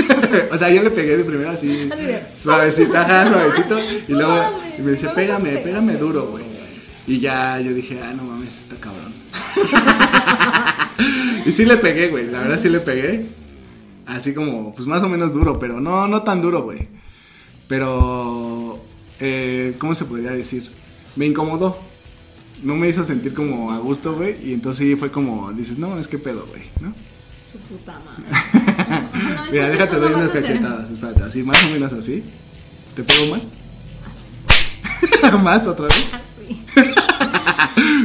[SPEAKER 4] o sea, yo le pegué de primera así,
[SPEAKER 6] Así de-
[SPEAKER 4] suavecito, ajá, suavecito. Y
[SPEAKER 6] No
[SPEAKER 4] luego
[SPEAKER 6] mames,
[SPEAKER 4] y me dice,
[SPEAKER 6] no me
[SPEAKER 4] pégame,
[SPEAKER 6] vas a
[SPEAKER 4] pégame
[SPEAKER 6] pegar".
[SPEAKER 4] duro, güey. Y ya yo dije, ah, no mames, está cabrón. y sí le pegué, güey. La verdad sí le pegué. Así como, pues más o menos duro, pero no, no tan duro, güey. Pero, eh, ¿cómo se podría decir? Me incomodó. No me hizo sentir como a gusto, güey. Y entonces sí fue como, dices, no, es que pedo, güey, ¿no?
[SPEAKER 6] Su puta madre. No,
[SPEAKER 4] Mira,
[SPEAKER 6] entonces
[SPEAKER 4] déjate
[SPEAKER 6] tú no
[SPEAKER 4] doy
[SPEAKER 6] vas
[SPEAKER 4] unas
[SPEAKER 6] a hacer-
[SPEAKER 4] cachetadas, espérate, así, más o menos así. ¿Te pego más?
[SPEAKER 6] Ah,
[SPEAKER 4] ¿Más otra vez?
[SPEAKER 6] Así.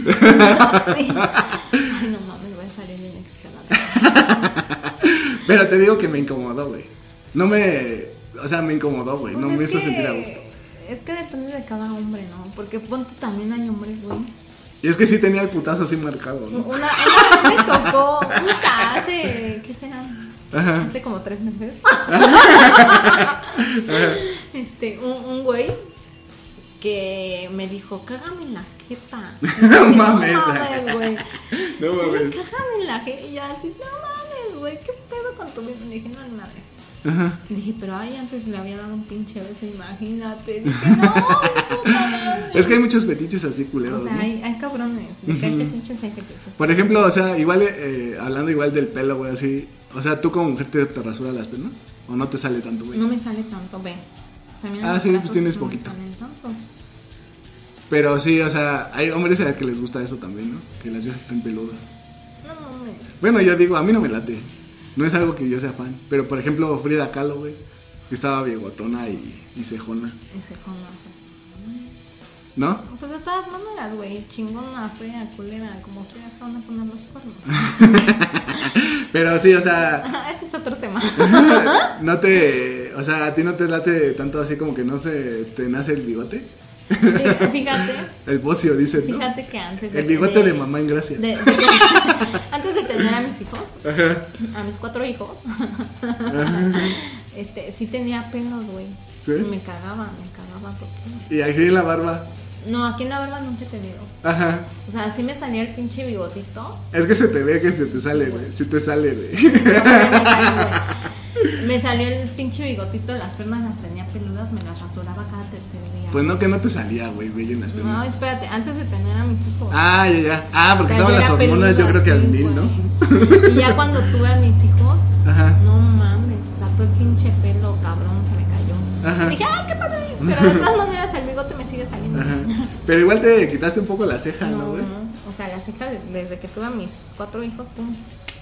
[SPEAKER 6] Así. Ay, no mames, voy a salir bien excitada.
[SPEAKER 4] Pero te digo que me incomodó, güey. No me, o sea, me incomodó, güey.
[SPEAKER 6] Pues
[SPEAKER 4] no
[SPEAKER 6] es
[SPEAKER 4] me hizo
[SPEAKER 6] que
[SPEAKER 4] sentir a gusto.
[SPEAKER 6] Es que depende de cada hombre, ¿no? Porque ponte también hay hombres, güey.
[SPEAKER 4] Y es que sí tenía el putazo así marcado,
[SPEAKER 6] Una,
[SPEAKER 4] ¿no?
[SPEAKER 6] una vez me tocó, puta, hace, ¿qué será? Hace como tres meses. este, un, un güey que me dijo, cágame en la jeta.
[SPEAKER 4] No mames.
[SPEAKER 6] No mames, güey.
[SPEAKER 4] No
[SPEAKER 6] Sí,
[SPEAKER 4] mames.
[SPEAKER 6] cágame en la jeta. Y yo así, no mames, güey, ¿qué pedo con tu vida? Dije, no, ni madre. Dije, pero ay, antes le había dado un pinche beso, imagínate. Dije, no, es puta madre.
[SPEAKER 4] Es que hay muchos fetiches así
[SPEAKER 6] O
[SPEAKER 4] culeros,
[SPEAKER 6] sea,
[SPEAKER 4] ¿no?
[SPEAKER 6] hay, hay cabrones, de que hay fetiches, hay fetiches.
[SPEAKER 4] Por ejemplo, o sea, igual, eh, hablando igual del pelo, güey, así. O sea, ¿tú como mujer te, te rasuras las piernas? ¿O no te sale tanto, güey?
[SPEAKER 6] No me sale tanto, ve. También
[SPEAKER 4] Ah,
[SPEAKER 6] los
[SPEAKER 4] sí, pues
[SPEAKER 6] brazos
[SPEAKER 4] tienes
[SPEAKER 6] no me
[SPEAKER 4] poquito.
[SPEAKER 6] salen tanto.
[SPEAKER 4] Pero sí, o sea, hay hombres a los que les gusta eso también, ¿no? Que las viejas estén peludas.
[SPEAKER 6] No, no, me-
[SPEAKER 4] Bueno, yo digo, a mí no me late. No es algo que yo sea fan. Pero, por ejemplo, Frida Kahlo, güey, que estaba biegotona y, y cejona,
[SPEAKER 6] ese cono.
[SPEAKER 4] ¿no?
[SPEAKER 6] Pues de todas maneras, güey, chingona, fea, culera, como quieras, te van a poner los cuernos. Ah,
[SPEAKER 4] Pero sí, o sea,
[SPEAKER 6] Ese es otro tema.
[SPEAKER 4] no te. O sea, a ti no te late tanto así como que no se te nace el bigote.
[SPEAKER 6] Fí- Fíjate,
[SPEAKER 4] El bocio, dicen, ¿no?
[SPEAKER 6] fíjate que antes
[SPEAKER 4] El bigote de mamá en gracia.
[SPEAKER 6] de- de- antes de tener a mis hijos, a mis cuatro hijos, este, sí tenía pelos, güey.
[SPEAKER 4] ¿Sí?
[SPEAKER 6] Y me cagaba, me cagaba porque.
[SPEAKER 4] Y aquí en la barba.
[SPEAKER 6] No, aquí en la barba nunca he tenido.
[SPEAKER 4] Ajá.
[SPEAKER 6] O sea, sí me salía el pinche bigotito.
[SPEAKER 4] Es que se te ve que se te sale, güey. Se te sale, güey.
[SPEAKER 6] pero todavía me salió, güey. Me salió el pinche bigotito, las piernas las tenía peludas, me las rasuraba cada tercer día.
[SPEAKER 4] Pues no, que no te salía, güey, bello en las
[SPEAKER 6] no,
[SPEAKER 4] piernas.
[SPEAKER 6] espérate, antes de tener a mis hijos.
[SPEAKER 4] Ah, ya, ya. Ah, porque
[SPEAKER 6] O sea,
[SPEAKER 4] estaban
[SPEAKER 6] yo
[SPEAKER 4] las
[SPEAKER 6] era
[SPEAKER 4] hormonas, yo
[SPEAKER 6] peluda,
[SPEAKER 4] creo que al
[SPEAKER 6] sí,
[SPEAKER 4] mil, ¿no?
[SPEAKER 6] güey. Y ya cuando tuve a mis hijos,
[SPEAKER 4] Ajá.
[SPEAKER 6] no mames, o sea, todo el pinche pelo cabrón se me cayó. Dije, ah, qué padre, pero de todas maneras el bigote me sigue saliendo.
[SPEAKER 4] Ajá. Pero igual te quitaste un poco la ceja, ¿no,
[SPEAKER 6] No,
[SPEAKER 4] güey?
[SPEAKER 6] o sea, la ceja, de- desde que tuve a mis cuatro hijos, pum,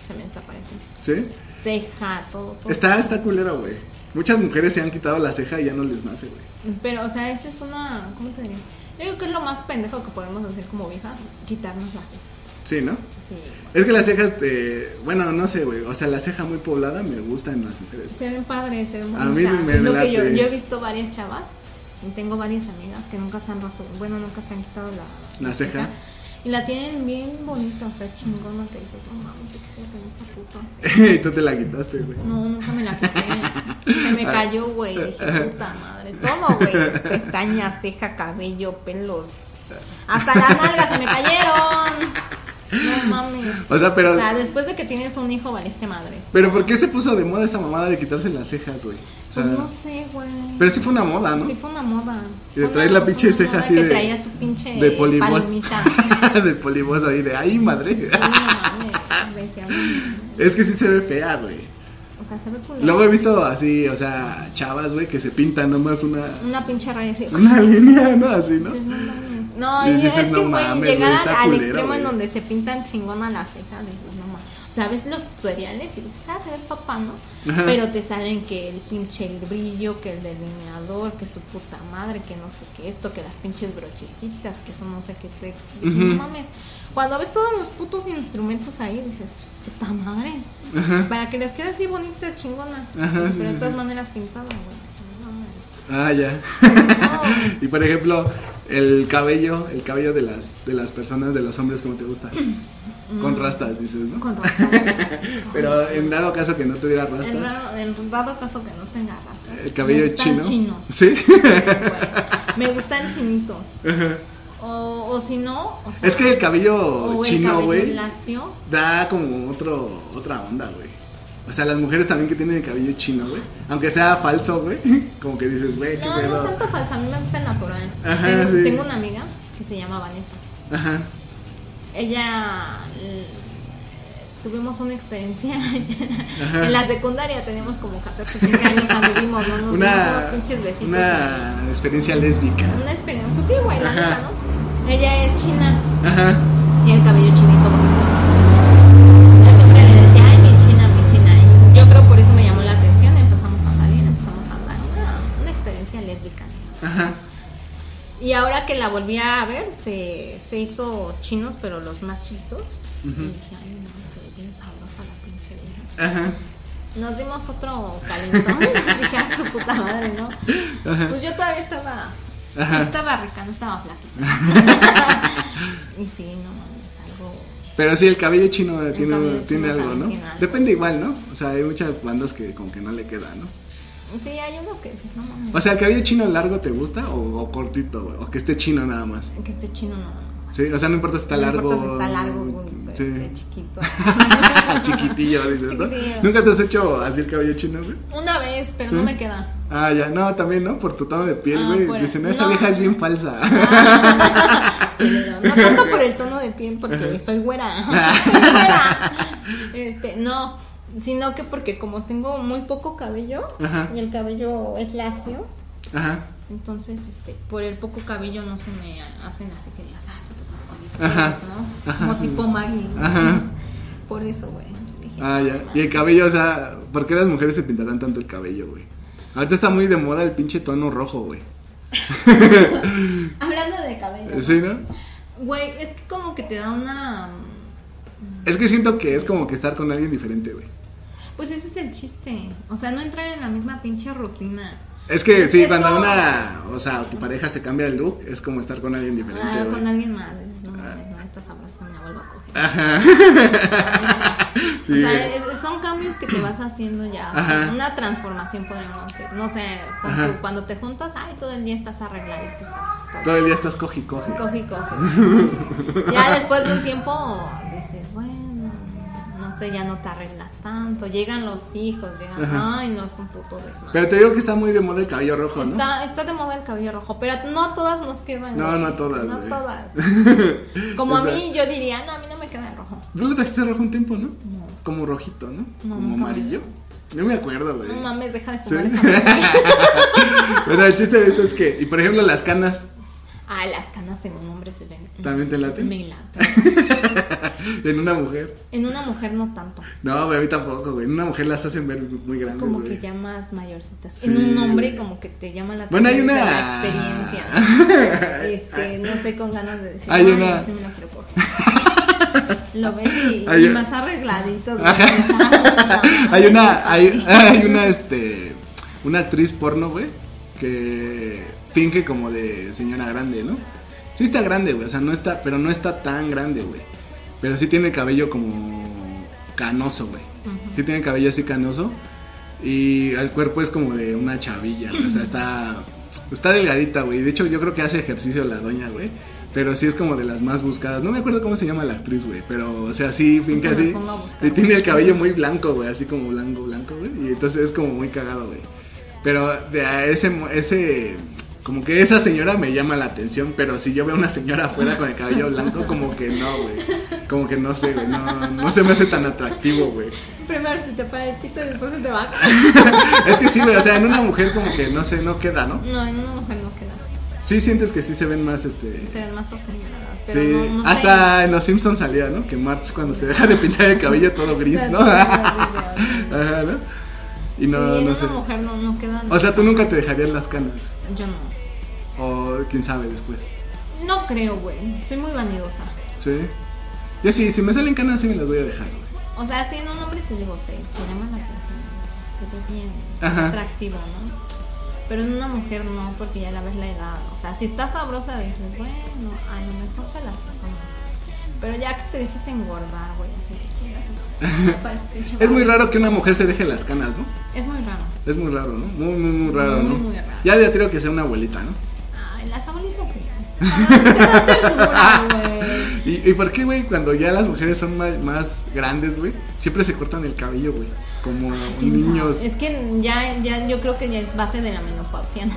[SPEAKER 6] se me desapareció.
[SPEAKER 4] Sí.
[SPEAKER 6] Ceja, todo, todo.
[SPEAKER 4] Está, está culera, güey. Muchas mujeres se han quitado la ceja y ya no les nace, güey.
[SPEAKER 6] Pero, o sea, esa es una. ¿Cómo te diría? Yo digo que es lo más pendejo que podemos hacer como viejas, quitarnos la ceja.
[SPEAKER 4] Sí, ¿no?
[SPEAKER 6] Sí.
[SPEAKER 4] Es que las cejas, te... bueno, no sé, güey. O sea, la ceja muy poblada me gusta en las mujeres.
[SPEAKER 6] Se ven padres, se ven
[SPEAKER 4] A mí
[SPEAKER 6] bonitas.
[SPEAKER 4] me
[SPEAKER 6] Es lo que yo,
[SPEAKER 4] late.
[SPEAKER 6] yo he visto varias chavas y tengo varias amigas que nunca se han rasu- bueno, nunca se han quitado la,
[SPEAKER 4] La ceja.
[SPEAKER 6] Y la tienen bien bonita, o sea, chingona que dices, no mames, yo quisiera tener esa puta ceja.
[SPEAKER 4] y tú te la quitaste, güey.
[SPEAKER 6] No, nunca me la quité. Se me cayó, güey. Dije, puta madre. Todo, güey. Pestaña, ceja, cabello, pelos. Hasta las nalgas se me cayeron. No mames.
[SPEAKER 4] O sea, pero-
[SPEAKER 6] O sea, después de que tienes un hijo, valiste madres.
[SPEAKER 4] Pero ¿por qué se puso de moda esta mamada de quitarse las cejas, güey? O sea,
[SPEAKER 6] Pues no sé, güey.
[SPEAKER 4] pero sí fue una moda, ¿no?
[SPEAKER 6] Sí, fue una moda.
[SPEAKER 4] Y de
[SPEAKER 6] Fue
[SPEAKER 4] traer
[SPEAKER 6] una-
[SPEAKER 4] la
[SPEAKER 6] fue
[SPEAKER 4] pinche
[SPEAKER 6] una
[SPEAKER 4] ceja
[SPEAKER 6] moda
[SPEAKER 4] así
[SPEAKER 6] que
[SPEAKER 4] de-
[SPEAKER 6] traías tu pinche
[SPEAKER 4] de polibos.
[SPEAKER 6] palomita.
[SPEAKER 4] de polibos ahí, de ay, madre.
[SPEAKER 6] Sí, no mames. Decía, "Mm".
[SPEAKER 4] es que sí se ve fea, güey.
[SPEAKER 6] o sea, se ve culero.
[SPEAKER 4] Luego he visto así, o sea, chavas, güey, que se pintan nomás una,
[SPEAKER 6] Una pinche raya así.
[SPEAKER 4] una línea, ¿no? Así, ¿no?
[SPEAKER 6] No,
[SPEAKER 4] Y
[SPEAKER 6] y
[SPEAKER 4] dices,
[SPEAKER 6] es que,
[SPEAKER 4] "No
[SPEAKER 6] güey,
[SPEAKER 4] mames, güey,
[SPEAKER 6] llegar al,
[SPEAKER 4] está
[SPEAKER 6] al
[SPEAKER 4] culero,
[SPEAKER 6] extremo
[SPEAKER 4] güey".
[SPEAKER 6] en donde se pintan chingona las cejas, dices, no mames. O sea, ves los tutoriales y dices, ah, se ve papá, ¿no? Pero te salen que el pinche el brillo, que el delineador, que su puta madre, que no sé qué esto, que las pinches brochecitas, que eso no sé qué te. Dices, no mames. Cuando ves todos los putos instrumentos ahí, dices, puta madre. Para que les quede así bonito, chingona. pero
[SPEAKER 4] sí,
[SPEAKER 6] de
[SPEAKER 4] sí,
[SPEAKER 6] todas maneras pintada, güey. Dije, no
[SPEAKER 4] Ah,
[SPEAKER 6] mames.
[SPEAKER 4] ya. y por ejemplo, el cabello, el cabello de las, de las personas, de los hombres, como te gusta. Con rastas, dices, ¿no?
[SPEAKER 6] Mm. Con razón.
[SPEAKER 4] Pero en dado caso que no tuviera
[SPEAKER 6] En
[SPEAKER 4] rastas,
[SPEAKER 6] raro- en dado caso que no tenga rastas.
[SPEAKER 4] el cabello
[SPEAKER 6] me
[SPEAKER 4] es
[SPEAKER 6] gustan
[SPEAKER 4] chino.
[SPEAKER 6] chinos.
[SPEAKER 4] Sí.
[SPEAKER 6] güey. Me gustan chinitos. O, o si no, o sea,
[SPEAKER 4] es que el cabello
[SPEAKER 6] o Oh, el
[SPEAKER 4] chino,
[SPEAKER 6] cabello
[SPEAKER 4] güey,
[SPEAKER 6] lacio.
[SPEAKER 4] da como otro, otra onda, güey. O sea, las mujeres también que tienen el cabello chino, güey. Aunque sea falso, güey. Como que dices, güey, qué
[SPEAKER 6] Ah, No, no
[SPEAKER 4] pedo.
[SPEAKER 6] tanto falso, a mí me gusta el natural.
[SPEAKER 4] Ajá,
[SPEAKER 6] tengo,
[SPEAKER 4] sí.
[SPEAKER 6] tengo una amiga que se llama Vanessa.
[SPEAKER 4] Ajá.
[SPEAKER 6] Ella l- tuvimos una experiencia en la secundaria, teníamos como 14, 15 años, anduvimos, ¿no? Nos dimos unos
[SPEAKER 4] Una,
[SPEAKER 6] pinches besitos.
[SPEAKER 4] una experiencia lésbica.
[SPEAKER 6] Una experiencia, pues sí, güey, la neta, ¿no? Ella es china.
[SPEAKER 4] Ajá.
[SPEAKER 6] Y el cabello chinito bonito. Yo siempre le decía, ay, mi china, mi china. Y yo creo por eso me llamó la atención. Empezamos a salir, empezamos a andar. Una, una experiencia lésbica. neta. Y ahora que la volví a ver, se, se hizo chinos, pero los más chiquitos. Y dije, ay, no, se ve bien sabrosa la pinche vieja.
[SPEAKER 4] Ajá.
[SPEAKER 6] Nos dimos otro calentón. dije, a su puta madre, ¿no? Pues yo todavía estaba Estaba rica, no estaba flaquita. y sí, no mames, algo.
[SPEAKER 4] Pero sí, el cabello chino eh, tiene,
[SPEAKER 6] cabello chino
[SPEAKER 4] tiene algo,
[SPEAKER 6] también
[SPEAKER 4] ¿no?
[SPEAKER 6] tiene algo.
[SPEAKER 4] Depende igual, ¿no? O sea, hay muchas bandas que como que no le queda, ¿no?
[SPEAKER 6] Sí, hay unos que dices, no mames,
[SPEAKER 4] O sea, ¿el cabello chino largo te gusta o, o cortito, güey? O que esté chino nada más.
[SPEAKER 6] que esté chino nada más.
[SPEAKER 4] Sí, o sea, no importa si Pues está
[SPEAKER 6] No
[SPEAKER 4] largo.
[SPEAKER 6] importa si está largo,
[SPEAKER 4] sí.
[SPEAKER 6] este, chiquito.
[SPEAKER 4] Chiquitillo, dices, ¿no?
[SPEAKER 6] Chiquitillo.
[SPEAKER 4] ¿Nunca te has hecho así el cabello chino, güey?
[SPEAKER 6] Una vez, pero
[SPEAKER 4] ¿Sí?
[SPEAKER 6] no me queda.
[SPEAKER 4] Ah, ya, no, también, ¿no? Por tu tono de piel,
[SPEAKER 6] Ah,
[SPEAKER 4] güey.
[SPEAKER 6] por-
[SPEAKER 4] Dicen, "No, esa
[SPEAKER 6] no. Ah,
[SPEAKER 4] vieja es bien falsa.
[SPEAKER 6] Pero no tanto por el tono de piel, porque soy güera. soy güera. Este, no, sino que porque como tengo muy poco cabello
[SPEAKER 4] Ajá.
[SPEAKER 6] y el cabello es lacio,
[SPEAKER 4] Ajá.
[SPEAKER 6] entonces este, por el poco cabello no se me hacen así que digas, ah, súper bonitos",
[SPEAKER 4] Ajá.
[SPEAKER 6] ¿no? Como tipo Maggie. ¿no?
[SPEAKER 4] Ajá.
[SPEAKER 6] Por eso, güey. dije,
[SPEAKER 4] Ah,
[SPEAKER 6] "No,
[SPEAKER 4] ya.
[SPEAKER 6] no
[SPEAKER 4] Y el cabello, o sea, ¿por qué las mujeres se pintarán tanto el cabello, güey? Ahorita está muy de moda el pinche tono rojo, güey.
[SPEAKER 6] mames". Hablando de cabello.
[SPEAKER 4] ¿Sí, no?
[SPEAKER 6] Güey, es que como que te da una.
[SPEAKER 4] Es que siento que es como que estar con alguien diferente, güey.
[SPEAKER 6] Pues ese es el chiste. O sea, no entrar en la misma pinche rutina.
[SPEAKER 4] Es que
[SPEAKER 6] Es
[SPEAKER 4] sí,
[SPEAKER 6] que es
[SPEAKER 4] cuando
[SPEAKER 6] como-
[SPEAKER 4] una, o sea, tu pareja se cambia el look, es como estar con alguien diferente,
[SPEAKER 6] Ah,
[SPEAKER 4] güey. Ah.
[SPEAKER 6] con alguien más, dices, no mames, no, esta sabrosa me la vuelvo a coger.
[SPEAKER 4] Ajá. sí,
[SPEAKER 6] o sea,
[SPEAKER 4] güey.
[SPEAKER 6] es- son cambios que te vas haciendo ya,
[SPEAKER 4] Ajá.
[SPEAKER 6] una transformación podríamos decir. No sé, pon tú, cuando te juntas, ay, todo el día estás arregladito, estás todo,
[SPEAKER 4] Todo el día estás coge y coge.
[SPEAKER 6] coge y coge. ya después de un tiempo dices, bueno, no sé, ya no te arreglas tanto, llegan los hijos, llegan, ay, no, es un puto desmadre.
[SPEAKER 4] Pero te digo que está muy de moda el cabello rojo, ¿no?
[SPEAKER 6] Está, está de moda el cabello rojo, pero no a todas nos quedan.
[SPEAKER 4] No,
[SPEAKER 6] güey.
[SPEAKER 4] no a todas,
[SPEAKER 6] No
[SPEAKER 4] güey.
[SPEAKER 6] todas. Como
[SPEAKER 4] O sea-
[SPEAKER 6] a mí, yo diría, no, a mí no me queda el rojo.
[SPEAKER 4] Tú lo trajiste rojo un tiempo, ¿no? Como rojito, ¿no?
[SPEAKER 6] No,
[SPEAKER 4] Como
[SPEAKER 6] nunca me-
[SPEAKER 4] amarillo. No me acuerdo, güey.
[SPEAKER 6] No mames, deja de
[SPEAKER 4] Sí.
[SPEAKER 6] fumar esa madre.
[SPEAKER 4] Pero el chiste de esto es que, y por ejemplo, las canas
[SPEAKER 6] Ah, las canas en un hombre se ven.
[SPEAKER 4] también te laten.
[SPEAKER 6] Me late.
[SPEAKER 4] En una mujer.
[SPEAKER 6] En una mujer no tanto.
[SPEAKER 4] No, güey, a mí tampoco, güey. En una mujer las hacen ver muy grandes,
[SPEAKER 6] Como
[SPEAKER 4] güey.
[SPEAKER 6] que ya más mayorcitas.
[SPEAKER 4] Sí,
[SPEAKER 6] en un
[SPEAKER 4] güey.
[SPEAKER 6] hombre como que te llama la
[SPEAKER 4] Bueno, hay
[SPEAKER 6] atención
[SPEAKER 4] una-
[SPEAKER 6] La experiencia. Este, no sé, con ganas de decir,
[SPEAKER 4] Hay
[SPEAKER 6] ay,
[SPEAKER 4] una-
[SPEAKER 6] sí me lo quiero coger. Lo ves y,
[SPEAKER 4] Hay-
[SPEAKER 6] y más arregladitos. güey,
[SPEAKER 4] Ajá.
[SPEAKER 6] dices, "Ah, no,
[SPEAKER 4] hay una,
[SPEAKER 6] no,
[SPEAKER 4] hay,
[SPEAKER 6] papi".
[SPEAKER 4] hay una, este, una actriz porno, güey, que finge como de señora grande, ¿no? Sí está grande, güey, o sea, no está, pero no está tan grande, güey. Pero sí tiene el cabello como canoso, güey. Sí tiene el cabello así canoso y el cuerpo es como de una chavilla, güey, o sea, está, está delgadita, güey. De hecho, yo creo que hace ejercicio la doña, güey. Pero sí es como de las más buscadas. No me acuerdo cómo se llama la actriz, güey. Pero, o sea, sí, finge
[SPEAKER 6] Pues me
[SPEAKER 4] así.
[SPEAKER 6] pongo a buscar,
[SPEAKER 4] Y tiene
[SPEAKER 6] güey.
[SPEAKER 4] el cabello muy blanco, güey, así como blanco, blanco, güey. Y entonces es como muy cagado, güey. Pero de a ese, mo- ese, como que esa señora me llama la atención, pero si yo veo a una señora afuera con el cabello blanco, como que no, güey. Como que no sé, güey, no, no se me hace tan atractivo, güey.
[SPEAKER 6] Primero se te para el pito y después se te baja.
[SPEAKER 4] Es que sí, güey, o sea, en una mujer como que no sé, no queda, ¿no?
[SPEAKER 6] No, en una mujer no queda.
[SPEAKER 4] Sí sientes que sí se ven más, este...
[SPEAKER 6] Se ven más aseñoradas. Pero
[SPEAKER 4] Sí,
[SPEAKER 6] no, no sé.
[SPEAKER 4] hasta en Los Simpsons salía, ¿no? Que March cuando se deja de pintar el cabello todo gris, ¿no? Ajá, ¿no? Y no,
[SPEAKER 6] sí, en
[SPEAKER 4] no
[SPEAKER 6] una
[SPEAKER 4] sé.
[SPEAKER 6] mujer no, no quedan.
[SPEAKER 4] O sea, tú nunca te dejarías las canas.
[SPEAKER 6] yo no.
[SPEAKER 4] O quién sabe después.
[SPEAKER 6] No creo, güey. Soy muy vanidosa.
[SPEAKER 4] Sí. Yo sí, si me salen canas, sí me las voy a dejar, güey.
[SPEAKER 6] O sea, si en un hombre te digo, te, te llama la atención. Se ve bien,
[SPEAKER 4] Ajá.
[SPEAKER 6] atractivo, ¿no? Pero en una mujer no, porque ya la ves la edad. O sea, si está sabrosa, dices, bueno, a lo mejor se las pasamos. Pero ya que te dejes engordar, güey, así te chingas, no. Me parece pinche
[SPEAKER 4] Es muy
[SPEAKER 6] gorda.
[SPEAKER 4] raro que una mujer se deje las canas, ¿no?
[SPEAKER 6] Es muy raro.
[SPEAKER 4] Es muy raro, ¿no? Muy, muy, muy raro, ¿no?
[SPEAKER 6] Muy, muy raro.
[SPEAKER 4] Ya de atrevo que sea una abuelita, ¿no?
[SPEAKER 6] Ay, las abuelitas sí. Te da ternura, güey.
[SPEAKER 4] ¿Y, y por qué, güey, cuando ya las mujeres son ma- más, grandes, güey, siempre se cortan el cabello, güey? Como niños.
[SPEAKER 6] Es que ya, ya yo creo que ya es base de la menopausia, ¿no?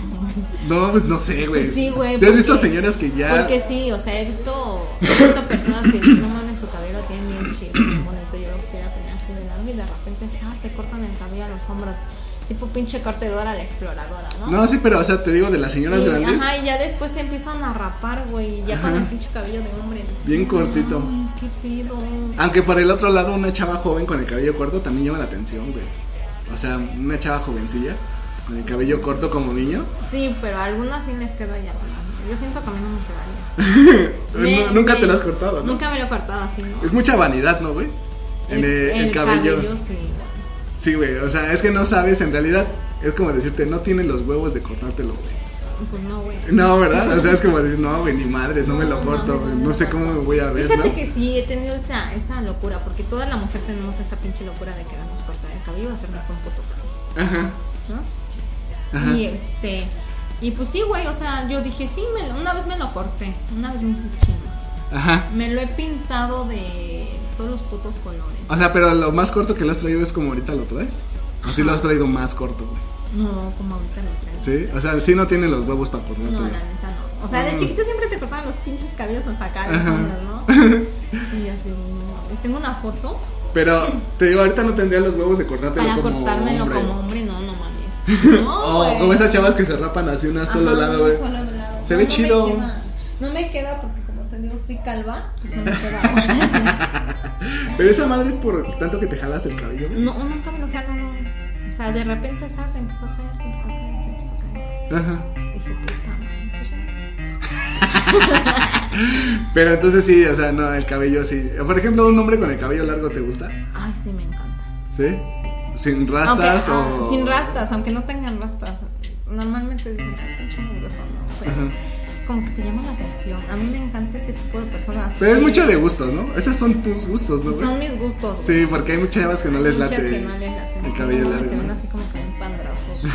[SPEAKER 4] No, pues no sé, güey.
[SPEAKER 6] Sí, güey.
[SPEAKER 4] ¿Sí has
[SPEAKER 6] porque-
[SPEAKER 4] visto señoras que ya.
[SPEAKER 6] Porque sí, o sea, he visto, he visto personas que dicen, no mames, su cabello lo tienen bien chido, bien bonito, yo lo quisiera tener así de largo y de repente sa, se cortan el cabello a los hombros, tipo pinche cortedora la exploradora, ¿no?
[SPEAKER 4] No, sí, pero, o sea, te digo, de las señoras
[SPEAKER 6] y,
[SPEAKER 4] grandes.
[SPEAKER 6] ajá, y ya después se empiezan a rapar, güey, y ya con el pinche cabello de hombre. dices,
[SPEAKER 4] Bien
[SPEAKER 6] "No
[SPEAKER 4] cortito".
[SPEAKER 6] mames, qué pedo.
[SPEAKER 4] Aunque por el otro lado, una chava joven con el cabello corto también llama la atención, güey. O sea, una chava jovencilla con el cabello corto como niño.
[SPEAKER 6] Sí, pero a algunas sí les queda ya. ¿no? Yo siento que a mí no me quedaría. Me-
[SPEAKER 4] Eh, No, nunca
[SPEAKER 6] me-
[SPEAKER 4] te lo has cortado, ¿no?
[SPEAKER 6] Nunca me lo he cortado así, ¿no?
[SPEAKER 4] Es mucha vanidad, ¿no, güey? En el, el cabello.
[SPEAKER 6] sí, güey.
[SPEAKER 4] Sí, güey. O sea, es que no sabes, en realidad, es como decirte, no tienes los huevos de cortártelo, güey.
[SPEAKER 6] Pues no, güey.
[SPEAKER 4] No, ¿verdad? O sea, es como decir, no, güey, ni madres, no, me lo corto, güey, no sé cómo me voy a ver,
[SPEAKER 6] Fíjate
[SPEAKER 4] ¿no?
[SPEAKER 6] que sí, he tenido esa, esa locura, porque toda la mujer tenemos esa pinche locura de querernos cortar el cabello y hacernos un puto pelo,
[SPEAKER 4] Ajá.
[SPEAKER 6] ¿no? Y este, y pues sí, güey, o sea, yo dije, sí, me lo- una vez me lo corté, una vez me hice chinos.
[SPEAKER 4] Ajá.
[SPEAKER 6] Me lo he pintado de todos los putos colores.
[SPEAKER 4] O sea, pero lo más corto que lo has traído es como ahorita lo traes. O sí lo has traído más corto, güey.
[SPEAKER 6] No, como ahorita lo traigo.
[SPEAKER 4] Sí, o sea, sí no tiene los huevos para ponerte.
[SPEAKER 6] No, la neta no. O sea, de
[SPEAKER 4] Mm.
[SPEAKER 6] chiquita siempre te cortaban los pinches cabellos hasta acá, las
[SPEAKER 4] Ajá.
[SPEAKER 6] hombres, ¿no? Y yo así, no mames. Tengo una foto
[SPEAKER 4] Pero te digo, ahorita no tendría los huevos de cortártelo
[SPEAKER 6] para
[SPEAKER 4] como
[SPEAKER 6] cortármelo
[SPEAKER 4] hombre.
[SPEAKER 6] como hombre, no, no mames. No,
[SPEAKER 4] Oh,
[SPEAKER 6] güey.
[SPEAKER 4] como esas chavas que se rapan así una solo
[SPEAKER 6] Ajá,
[SPEAKER 4] lado,
[SPEAKER 6] no,
[SPEAKER 4] güey.
[SPEAKER 6] solo de lado.
[SPEAKER 4] Se
[SPEAKER 6] No,
[SPEAKER 4] ve
[SPEAKER 6] no me
[SPEAKER 4] chido.
[SPEAKER 6] queda. No me queda porque, como te digo, estoy calva, pues no me queda.
[SPEAKER 4] Pero esa madre es por tanto que te jalas el cabello. güey.
[SPEAKER 6] no, nunca me lo jalo, no. O sea, de repente, ¿sabes? Se empezó a caer, se empezó a caer, se empezó a caer.
[SPEAKER 4] Ajá.
[SPEAKER 6] Dije, puta madre, pues ya.
[SPEAKER 4] Pero entonces sí, o sea, no, el cabello sí. Por ejemplo, un hombre con el cabello largo te gusta,
[SPEAKER 6] Ay, sí, me encanta.
[SPEAKER 4] ¿sí? Sin rastas
[SPEAKER 6] Aunque, ah,
[SPEAKER 4] o.
[SPEAKER 6] Sin rastas, aunque no tengan rastas. Normalmente dicen, ay, pinche mugroso, ¿no? Pero como que te llama la atención. A mí me encanta ese tipo de personas.
[SPEAKER 4] Pero es
[SPEAKER 6] que
[SPEAKER 4] mucho de gustos, ¿no? Esos son tus gustos, ¿no? güey?
[SPEAKER 6] Son mis gustos.
[SPEAKER 4] Sí, porque hay muchas chavas que no
[SPEAKER 6] Hay
[SPEAKER 4] les
[SPEAKER 6] muchas
[SPEAKER 4] late.
[SPEAKER 6] que no les laten.
[SPEAKER 4] El
[SPEAKER 6] Sí,
[SPEAKER 4] cabello
[SPEAKER 6] no,
[SPEAKER 4] largo.
[SPEAKER 6] Se ven así como que un pandrazos. güey.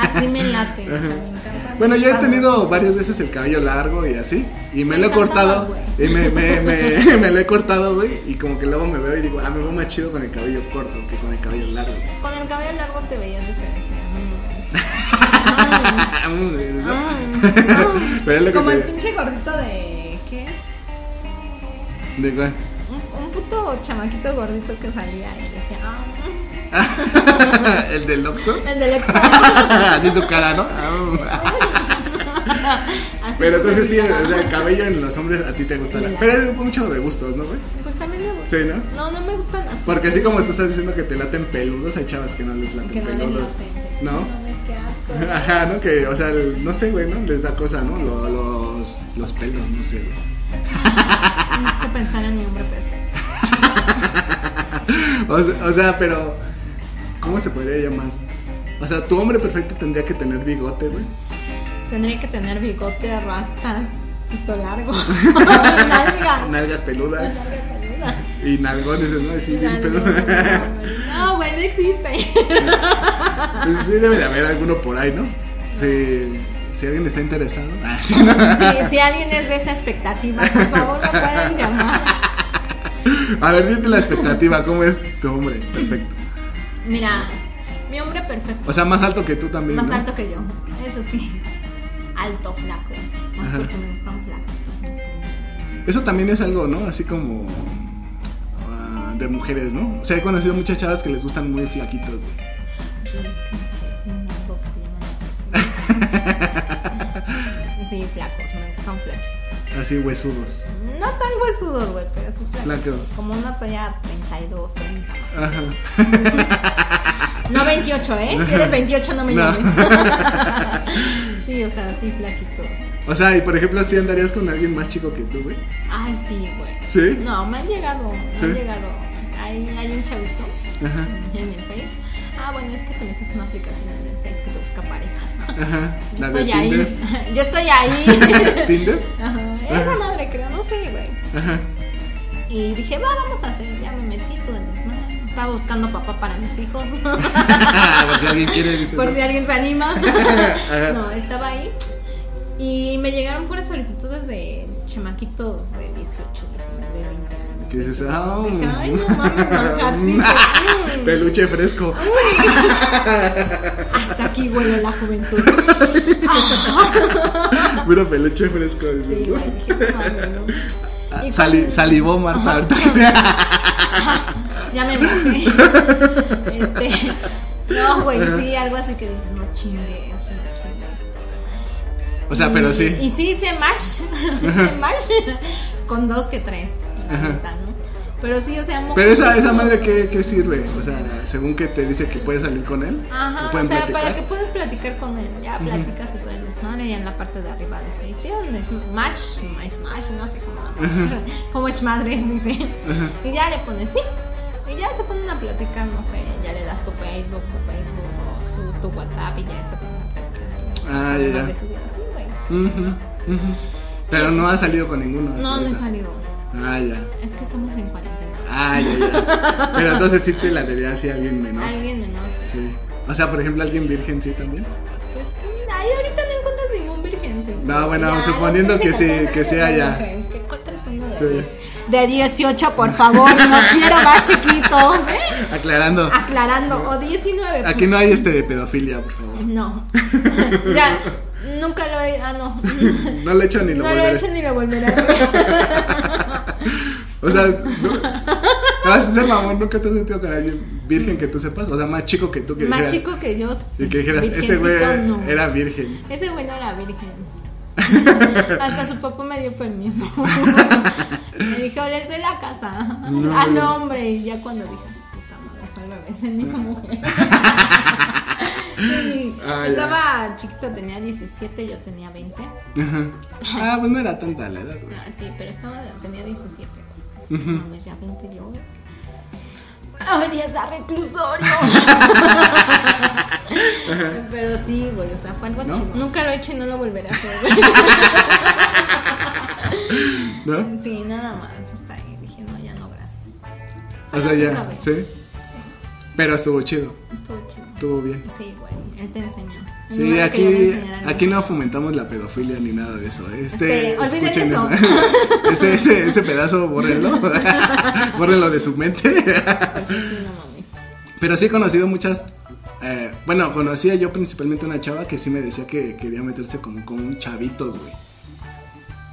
[SPEAKER 6] Así me late. O sea, me encanta.
[SPEAKER 4] Bueno, yo he tenido varias veces el cabello largo y así. Y me
[SPEAKER 6] Me
[SPEAKER 4] lo he
[SPEAKER 6] encanta
[SPEAKER 4] cortado.
[SPEAKER 6] más,
[SPEAKER 4] Y me, me, me, me lo he cortado, güey. Y como que luego me veo y digo, ah, me veo más chido con el cabello corto que con el cabello largo.
[SPEAKER 6] Con el cabello largo te veías diferente.
[SPEAKER 4] Ah, mm, Pero es lo que
[SPEAKER 6] como
[SPEAKER 4] te-
[SPEAKER 6] el pinche gordito de. ¿Qué es?
[SPEAKER 4] De igual.
[SPEAKER 6] Un, un puto chamaquito gordito que salía y le decía, ah, mm,
[SPEAKER 4] el del Oxxo.
[SPEAKER 6] el del Oxxo.
[SPEAKER 4] así su cara, ¿no? Ah, mm,
[SPEAKER 6] Así
[SPEAKER 4] Pero
[SPEAKER 6] pues,
[SPEAKER 4] entonces sí,
[SPEAKER 6] ahorita-
[SPEAKER 4] o sea, el cabello en los hombres a ti te gusta. la- Pero es mucho de gustos, ¿no, güey?
[SPEAKER 6] Pues también me gusta.
[SPEAKER 4] Sí, ¿no?
[SPEAKER 6] No, no me gustan así.
[SPEAKER 4] Porque así como tú estás diciendo que te laten peludos, hay chavas que no les laten
[SPEAKER 6] Que no les
[SPEAKER 4] peludos.
[SPEAKER 6] laten,
[SPEAKER 4] ¿No?
[SPEAKER 6] No mames, qué asco.
[SPEAKER 4] Ajá, ¿no? Que, o sea, el- no sé, güey, ¿no? Les da cosa, ¿no? Lo- los, los pelos, no sé, güey.
[SPEAKER 6] Necesito pensar en mi hombre perfecto.
[SPEAKER 4] O, se- o sea, pero, ¿cómo se podría llamar? O sea, tu hombre perfecto tendría que tener bigote, güey.
[SPEAKER 6] Tendría que tener bigote, rastas, pito largo. Nalga.
[SPEAKER 4] Nalgas peludas
[SPEAKER 6] Nalga peluda.
[SPEAKER 4] y nalgones, ¿no? Así bien
[SPEAKER 6] Nalga,
[SPEAKER 4] peludas.
[SPEAKER 6] No, güey, no existe.
[SPEAKER 4] Pues sí, debe de haber alguno por ahí, ¿no? Si, si alguien está interesado. Ah, sí, ¿no?
[SPEAKER 6] Si, si alguien es de esta expectativa, por favor, lo pueden llamar.
[SPEAKER 4] A ver, dime la expectativa, ¿cómo es tu hombre perfecto?
[SPEAKER 6] Mira, mi hombre perfecto.
[SPEAKER 4] O sea, más alto que tú también.
[SPEAKER 6] Más
[SPEAKER 4] ¿no?
[SPEAKER 6] alto que yo, eso sí. Alto, flaco. Más porque me gustan flacos. entonces pues, no sé.
[SPEAKER 4] Eso también es algo, ¿no? Así como ah, de mujeres, ¿no? O sea, he conocido muchas chavas que les gustan muy flaquitos, güey.
[SPEAKER 6] Sí, es que no sé, tienen algo que te llama la atención. Sí, flacos, me gustan flaquitos.
[SPEAKER 4] Así huesudos.
[SPEAKER 6] No tan huesudos, güey, pero son flaquitos.
[SPEAKER 4] Flacos.
[SPEAKER 6] Como una talla 32, 30. más.
[SPEAKER 4] Ajá.
[SPEAKER 6] No 28, ¿eh? Si eres 28, no me
[SPEAKER 4] No.
[SPEAKER 6] llames. sí, o sea, sí, flaquitos.
[SPEAKER 4] O sea, y por ejemplo, si andarías con alguien más chico que tú, güey.
[SPEAKER 6] Ay, sí, güey.
[SPEAKER 4] ¿Sí?
[SPEAKER 6] No, me han llegado, me
[SPEAKER 4] ¿Sí?
[SPEAKER 6] han llegado. Hay, hay un chavito
[SPEAKER 4] Ajá.
[SPEAKER 6] en el Face. Ah, bueno, es que te metes una aplicación en el Face que te busca parejas.
[SPEAKER 4] Ajá.
[SPEAKER 6] Yo
[SPEAKER 4] La de
[SPEAKER 6] estoy
[SPEAKER 4] Tinder.
[SPEAKER 6] ahí. Yo estoy ahí.
[SPEAKER 4] ¿Tinder?
[SPEAKER 6] Ajá, esa madre creo, no sé, güey.
[SPEAKER 4] Ajá.
[SPEAKER 6] Y dije, va, vamos a hacer, ya me metí todo el desmadre. Estaba buscando papá para mis hijos,
[SPEAKER 4] Por si alguien quiere, dices,
[SPEAKER 6] por
[SPEAKER 4] ¿no?
[SPEAKER 6] si alguien se anima. no, estaba ahí. Y me llegaron puras solicitudes de chamaquitos de 18, 19, 20 años.
[SPEAKER 4] Que dices, ah,
[SPEAKER 6] Dije,
[SPEAKER 4] mm.
[SPEAKER 6] ay, no mames, manjarcitos, mm.
[SPEAKER 4] Peluche fresco.
[SPEAKER 6] Hasta aquí huele la juventud.
[SPEAKER 4] Puro peluche fresco. dices,
[SPEAKER 6] Sí,
[SPEAKER 4] ¿no?
[SPEAKER 6] güey, dije, no mames, ¿no? Y
[SPEAKER 4] Ah, Sali-
[SPEAKER 6] cuando-
[SPEAKER 4] salivó Marta ahorita.
[SPEAKER 6] Ya me bajé. Este. No, güey, sí, algo así que dices, no chingues, no chingues.
[SPEAKER 4] O sea, pero
[SPEAKER 6] Y-
[SPEAKER 4] sí.
[SPEAKER 6] Y sí hice mash. hice mash. Con dos que tres. la neta, ¿no? Pero sí, o sea, mo-
[SPEAKER 4] Pero esa, esa madre, ¿qué, qué sirve? O sea, según que te dice que puedes salir con él.
[SPEAKER 6] Ajá,
[SPEAKER 4] ¿o
[SPEAKER 6] o
[SPEAKER 4] pueden
[SPEAKER 6] sea,
[SPEAKER 4] platicar?
[SPEAKER 6] para que puedas platicar con él, ya platicas y todo el desmadre, ya en la parte de arriba dice, hicieron sm- mash, ma- smash, no sé cómo, mash, como es madres, dice, y ya le pones sí, y ya se ponen a platicar, no sé, ya le das tu Facebook, su Facebook, o su, tu WhatsApp, y ya se ponen a platicar ahí.
[SPEAKER 4] Ah,
[SPEAKER 6] o sea,
[SPEAKER 4] ya, Ah,
[SPEAKER 6] una
[SPEAKER 4] ya.
[SPEAKER 6] vez subido así, güey.
[SPEAKER 4] Ujú, ujú. Pero no ha salido con ninguno. hasta
[SPEAKER 6] No, no he
[SPEAKER 4] ahorita.
[SPEAKER 6] salido.
[SPEAKER 4] Ah, ya.
[SPEAKER 6] Es que estamos en cuarentena.
[SPEAKER 4] Ah, ya, ya. Pero entonces sí te la debía así a alguien menor.
[SPEAKER 6] Alguien menor. sí.
[SPEAKER 4] Sí. O sea, por ejemplo, alguien virgen sí también.
[SPEAKER 6] Pues, mm, ahí ahorita no encuentras ningún virgencito.
[SPEAKER 4] No, bueno,
[SPEAKER 6] los
[SPEAKER 4] suponiendo
[SPEAKER 6] 13,
[SPEAKER 4] que sí,
[SPEAKER 6] 14
[SPEAKER 4] que
[SPEAKER 6] años,
[SPEAKER 4] sea ya.
[SPEAKER 6] güey, Que encuentres uno de
[SPEAKER 4] Sí.
[SPEAKER 6] 10. De 18, por favor. No quiero más chiquitos, ¿eh?
[SPEAKER 4] Aclarando.
[SPEAKER 6] Aclarando. O 19.
[SPEAKER 4] Aquí no hay este de pedofilia, por favor.
[SPEAKER 6] No. ya. Nunca lo he. Ah, no.
[SPEAKER 4] No le echo ni lo
[SPEAKER 6] no lo he
[SPEAKER 4] volveré.
[SPEAKER 6] hecho ni lo volveré a hacer.
[SPEAKER 4] O sea, no, no vas a ser mamón, nunca te has sentido con alguien virgen que tú sepas. O sea, más chico que tú que
[SPEAKER 6] Más
[SPEAKER 4] dijeras-
[SPEAKER 6] chico que yo. sí.
[SPEAKER 4] Y que dijeras, este güey
[SPEAKER 6] Virgencito, no.
[SPEAKER 4] era virgen.
[SPEAKER 6] Ese güey no era virgen. Hasta su papá me dio permiso. me dijo, les doy la casa.
[SPEAKER 4] No.
[SPEAKER 6] ah, no, hombre. Y ya cuando dije, "Ah, su puta madre, fue al revés, en esa mujer. Y
[SPEAKER 4] Ah, ya.
[SPEAKER 6] estaba chiquito, tenía 17, yo tenía 20.
[SPEAKER 4] Ajá. Ah, pues no era tanta la edad, güey.
[SPEAKER 6] Ah, sí, pero estaba, tenía 17. güey. No Mames, ya 20 yo. güey. Ahora es a reclusorio. pero sí, güey, o sea, fue algo
[SPEAKER 4] ¿No?
[SPEAKER 6] chido. Nunca lo he hecho y no lo volveré a hacer, güey.
[SPEAKER 4] ¿No?
[SPEAKER 6] Sí, nada más, está ahí. Dije, no, ya no, gracias. Fue
[SPEAKER 4] O sea,
[SPEAKER 6] la
[SPEAKER 4] ya,
[SPEAKER 6] única vez.
[SPEAKER 4] ¿sí?
[SPEAKER 6] Sí,
[SPEAKER 4] Pero estuvo chido,
[SPEAKER 6] estuvo chido.
[SPEAKER 4] estuvo bien.
[SPEAKER 6] Sí, güey, él te enseñó. En
[SPEAKER 4] Sí,
[SPEAKER 6] lugar de que yo le
[SPEAKER 4] aquí,
[SPEAKER 6] enseñara, él me
[SPEAKER 4] aquí no fomentamos la pedofilia ni nada de eso. ¿eh? Este,
[SPEAKER 6] Este, olviden
[SPEAKER 4] escuchen
[SPEAKER 6] eso.
[SPEAKER 4] Ese, ese, ese pedazo, bórrenlo. bórrenlo de su mente.
[SPEAKER 6] enseñó, Porque sí, no mami.
[SPEAKER 4] Pero sí he conocido muchas. eh, bueno, conocía yo principalmente una chava que sí me decía que quería meterse como con chavitos, güey.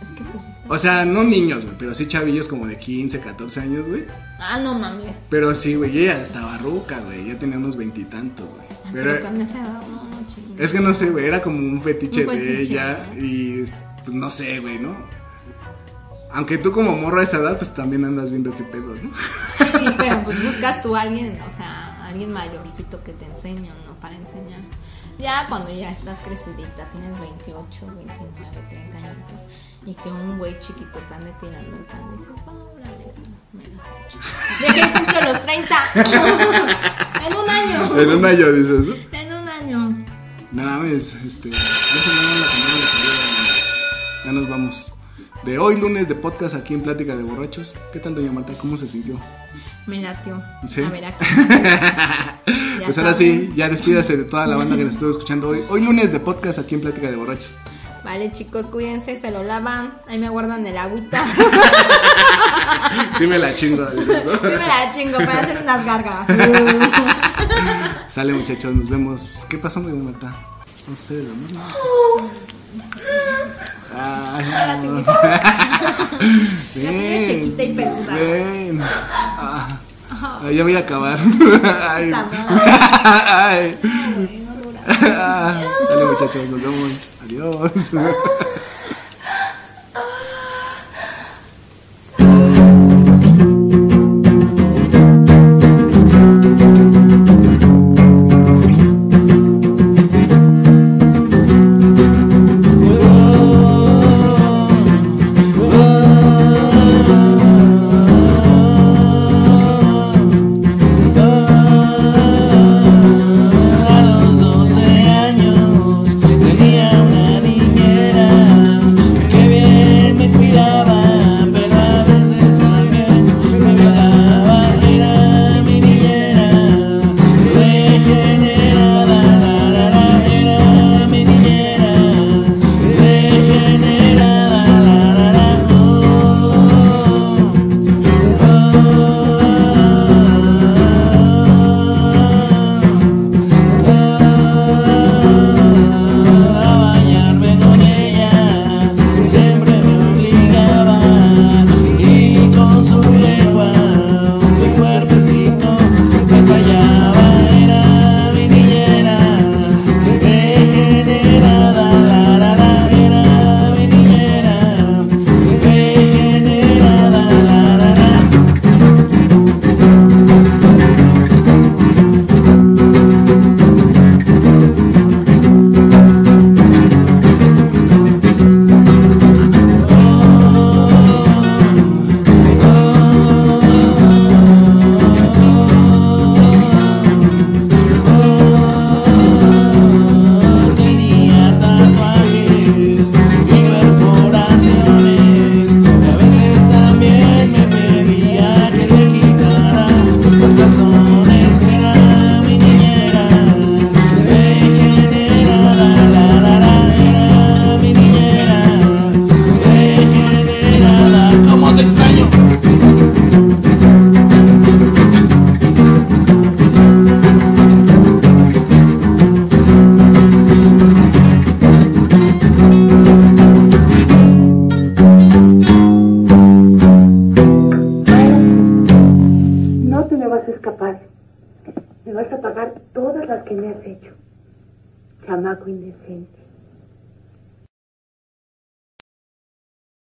[SPEAKER 6] Es que pues está.
[SPEAKER 4] O sea, no niños, güey, pero sí chavillos como de 15, 14 años, güey.
[SPEAKER 6] Ah, no mames.
[SPEAKER 4] Pero sí, güey, ella estaba ruca, güey. Ya tenía unos veintitantos, güey.
[SPEAKER 6] Pero,
[SPEAKER 4] Pero
[SPEAKER 6] con esa edad, no, no chingues.
[SPEAKER 4] es que no sé, güey, era como un fetiche,
[SPEAKER 6] Un fetiche,
[SPEAKER 4] de ella.
[SPEAKER 6] ajá.
[SPEAKER 4] Y es- pues no sé, güey, ¿no? Aunque tú como morro a esa edad, pues también andas viendo qué pedo, ¿no?
[SPEAKER 6] Sí, pero pues buscas tú a alguien, o sea, alguien mayorcito que te enseñe o no para enseñar. Ya cuando ya estás crecidita, tienes 28, 29, 30 añitos, y que un güey chiquito te ande tirando el pan, dices, va, órale, menos 8. De que cumplo los 30. en un año.
[SPEAKER 4] En un año dices, ¿no?
[SPEAKER 6] En un año.
[SPEAKER 4] No mames, este. ya se me va la comida, la comida, Ya nos vamos. De hoy lunes de podcast aquí en Plática de Borrachos. ¿Qué tal, doña Marta? ¿Cómo se sintió?
[SPEAKER 6] Me latió.
[SPEAKER 4] ¿Sí?
[SPEAKER 6] A ver acá.
[SPEAKER 4] pues ahora
[SPEAKER 6] saben.
[SPEAKER 4] sí, ya despídase de toda la banda que nos estuvo escuchando hoy. Hoy lunes de podcast aquí en Plática de Borrachos.
[SPEAKER 6] Vale, chicos, cuídense, se lo lavan. Ahí me guardan el agüita.
[SPEAKER 4] Sí me la chingo. dices, ¿no?
[SPEAKER 6] Sí me la chingo para hacer unas gargas.
[SPEAKER 4] Sale, muchachos, nos vemos. Pues, ¿Qué pasó, doña Marta? No sé, lo mismo. Oh. Ay,
[SPEAKER 6] la
[SPEAKER 4] no.
[SPEAKER 6] tengo chiquita. La
[SPEAKER 4] Ven,
[SPEAKER 6] tengo chiquita y peluda.
[SPEAKER 4] ven. Ah, ah, ya voy a acabar. Ay.
[SPEAKER 6] Puta madre.
[SPEAKER 4] Ay.
[SPEAKER 6] Ay, no dura.
[SPEAKER 4] Ah, Dale muchachos, nos vemos. Adiós.
[SPEAKER 7] A los 12 años tenía una niñera haces capaz. Me vas a pagar todas las que me has hecho. Chamaco indecente.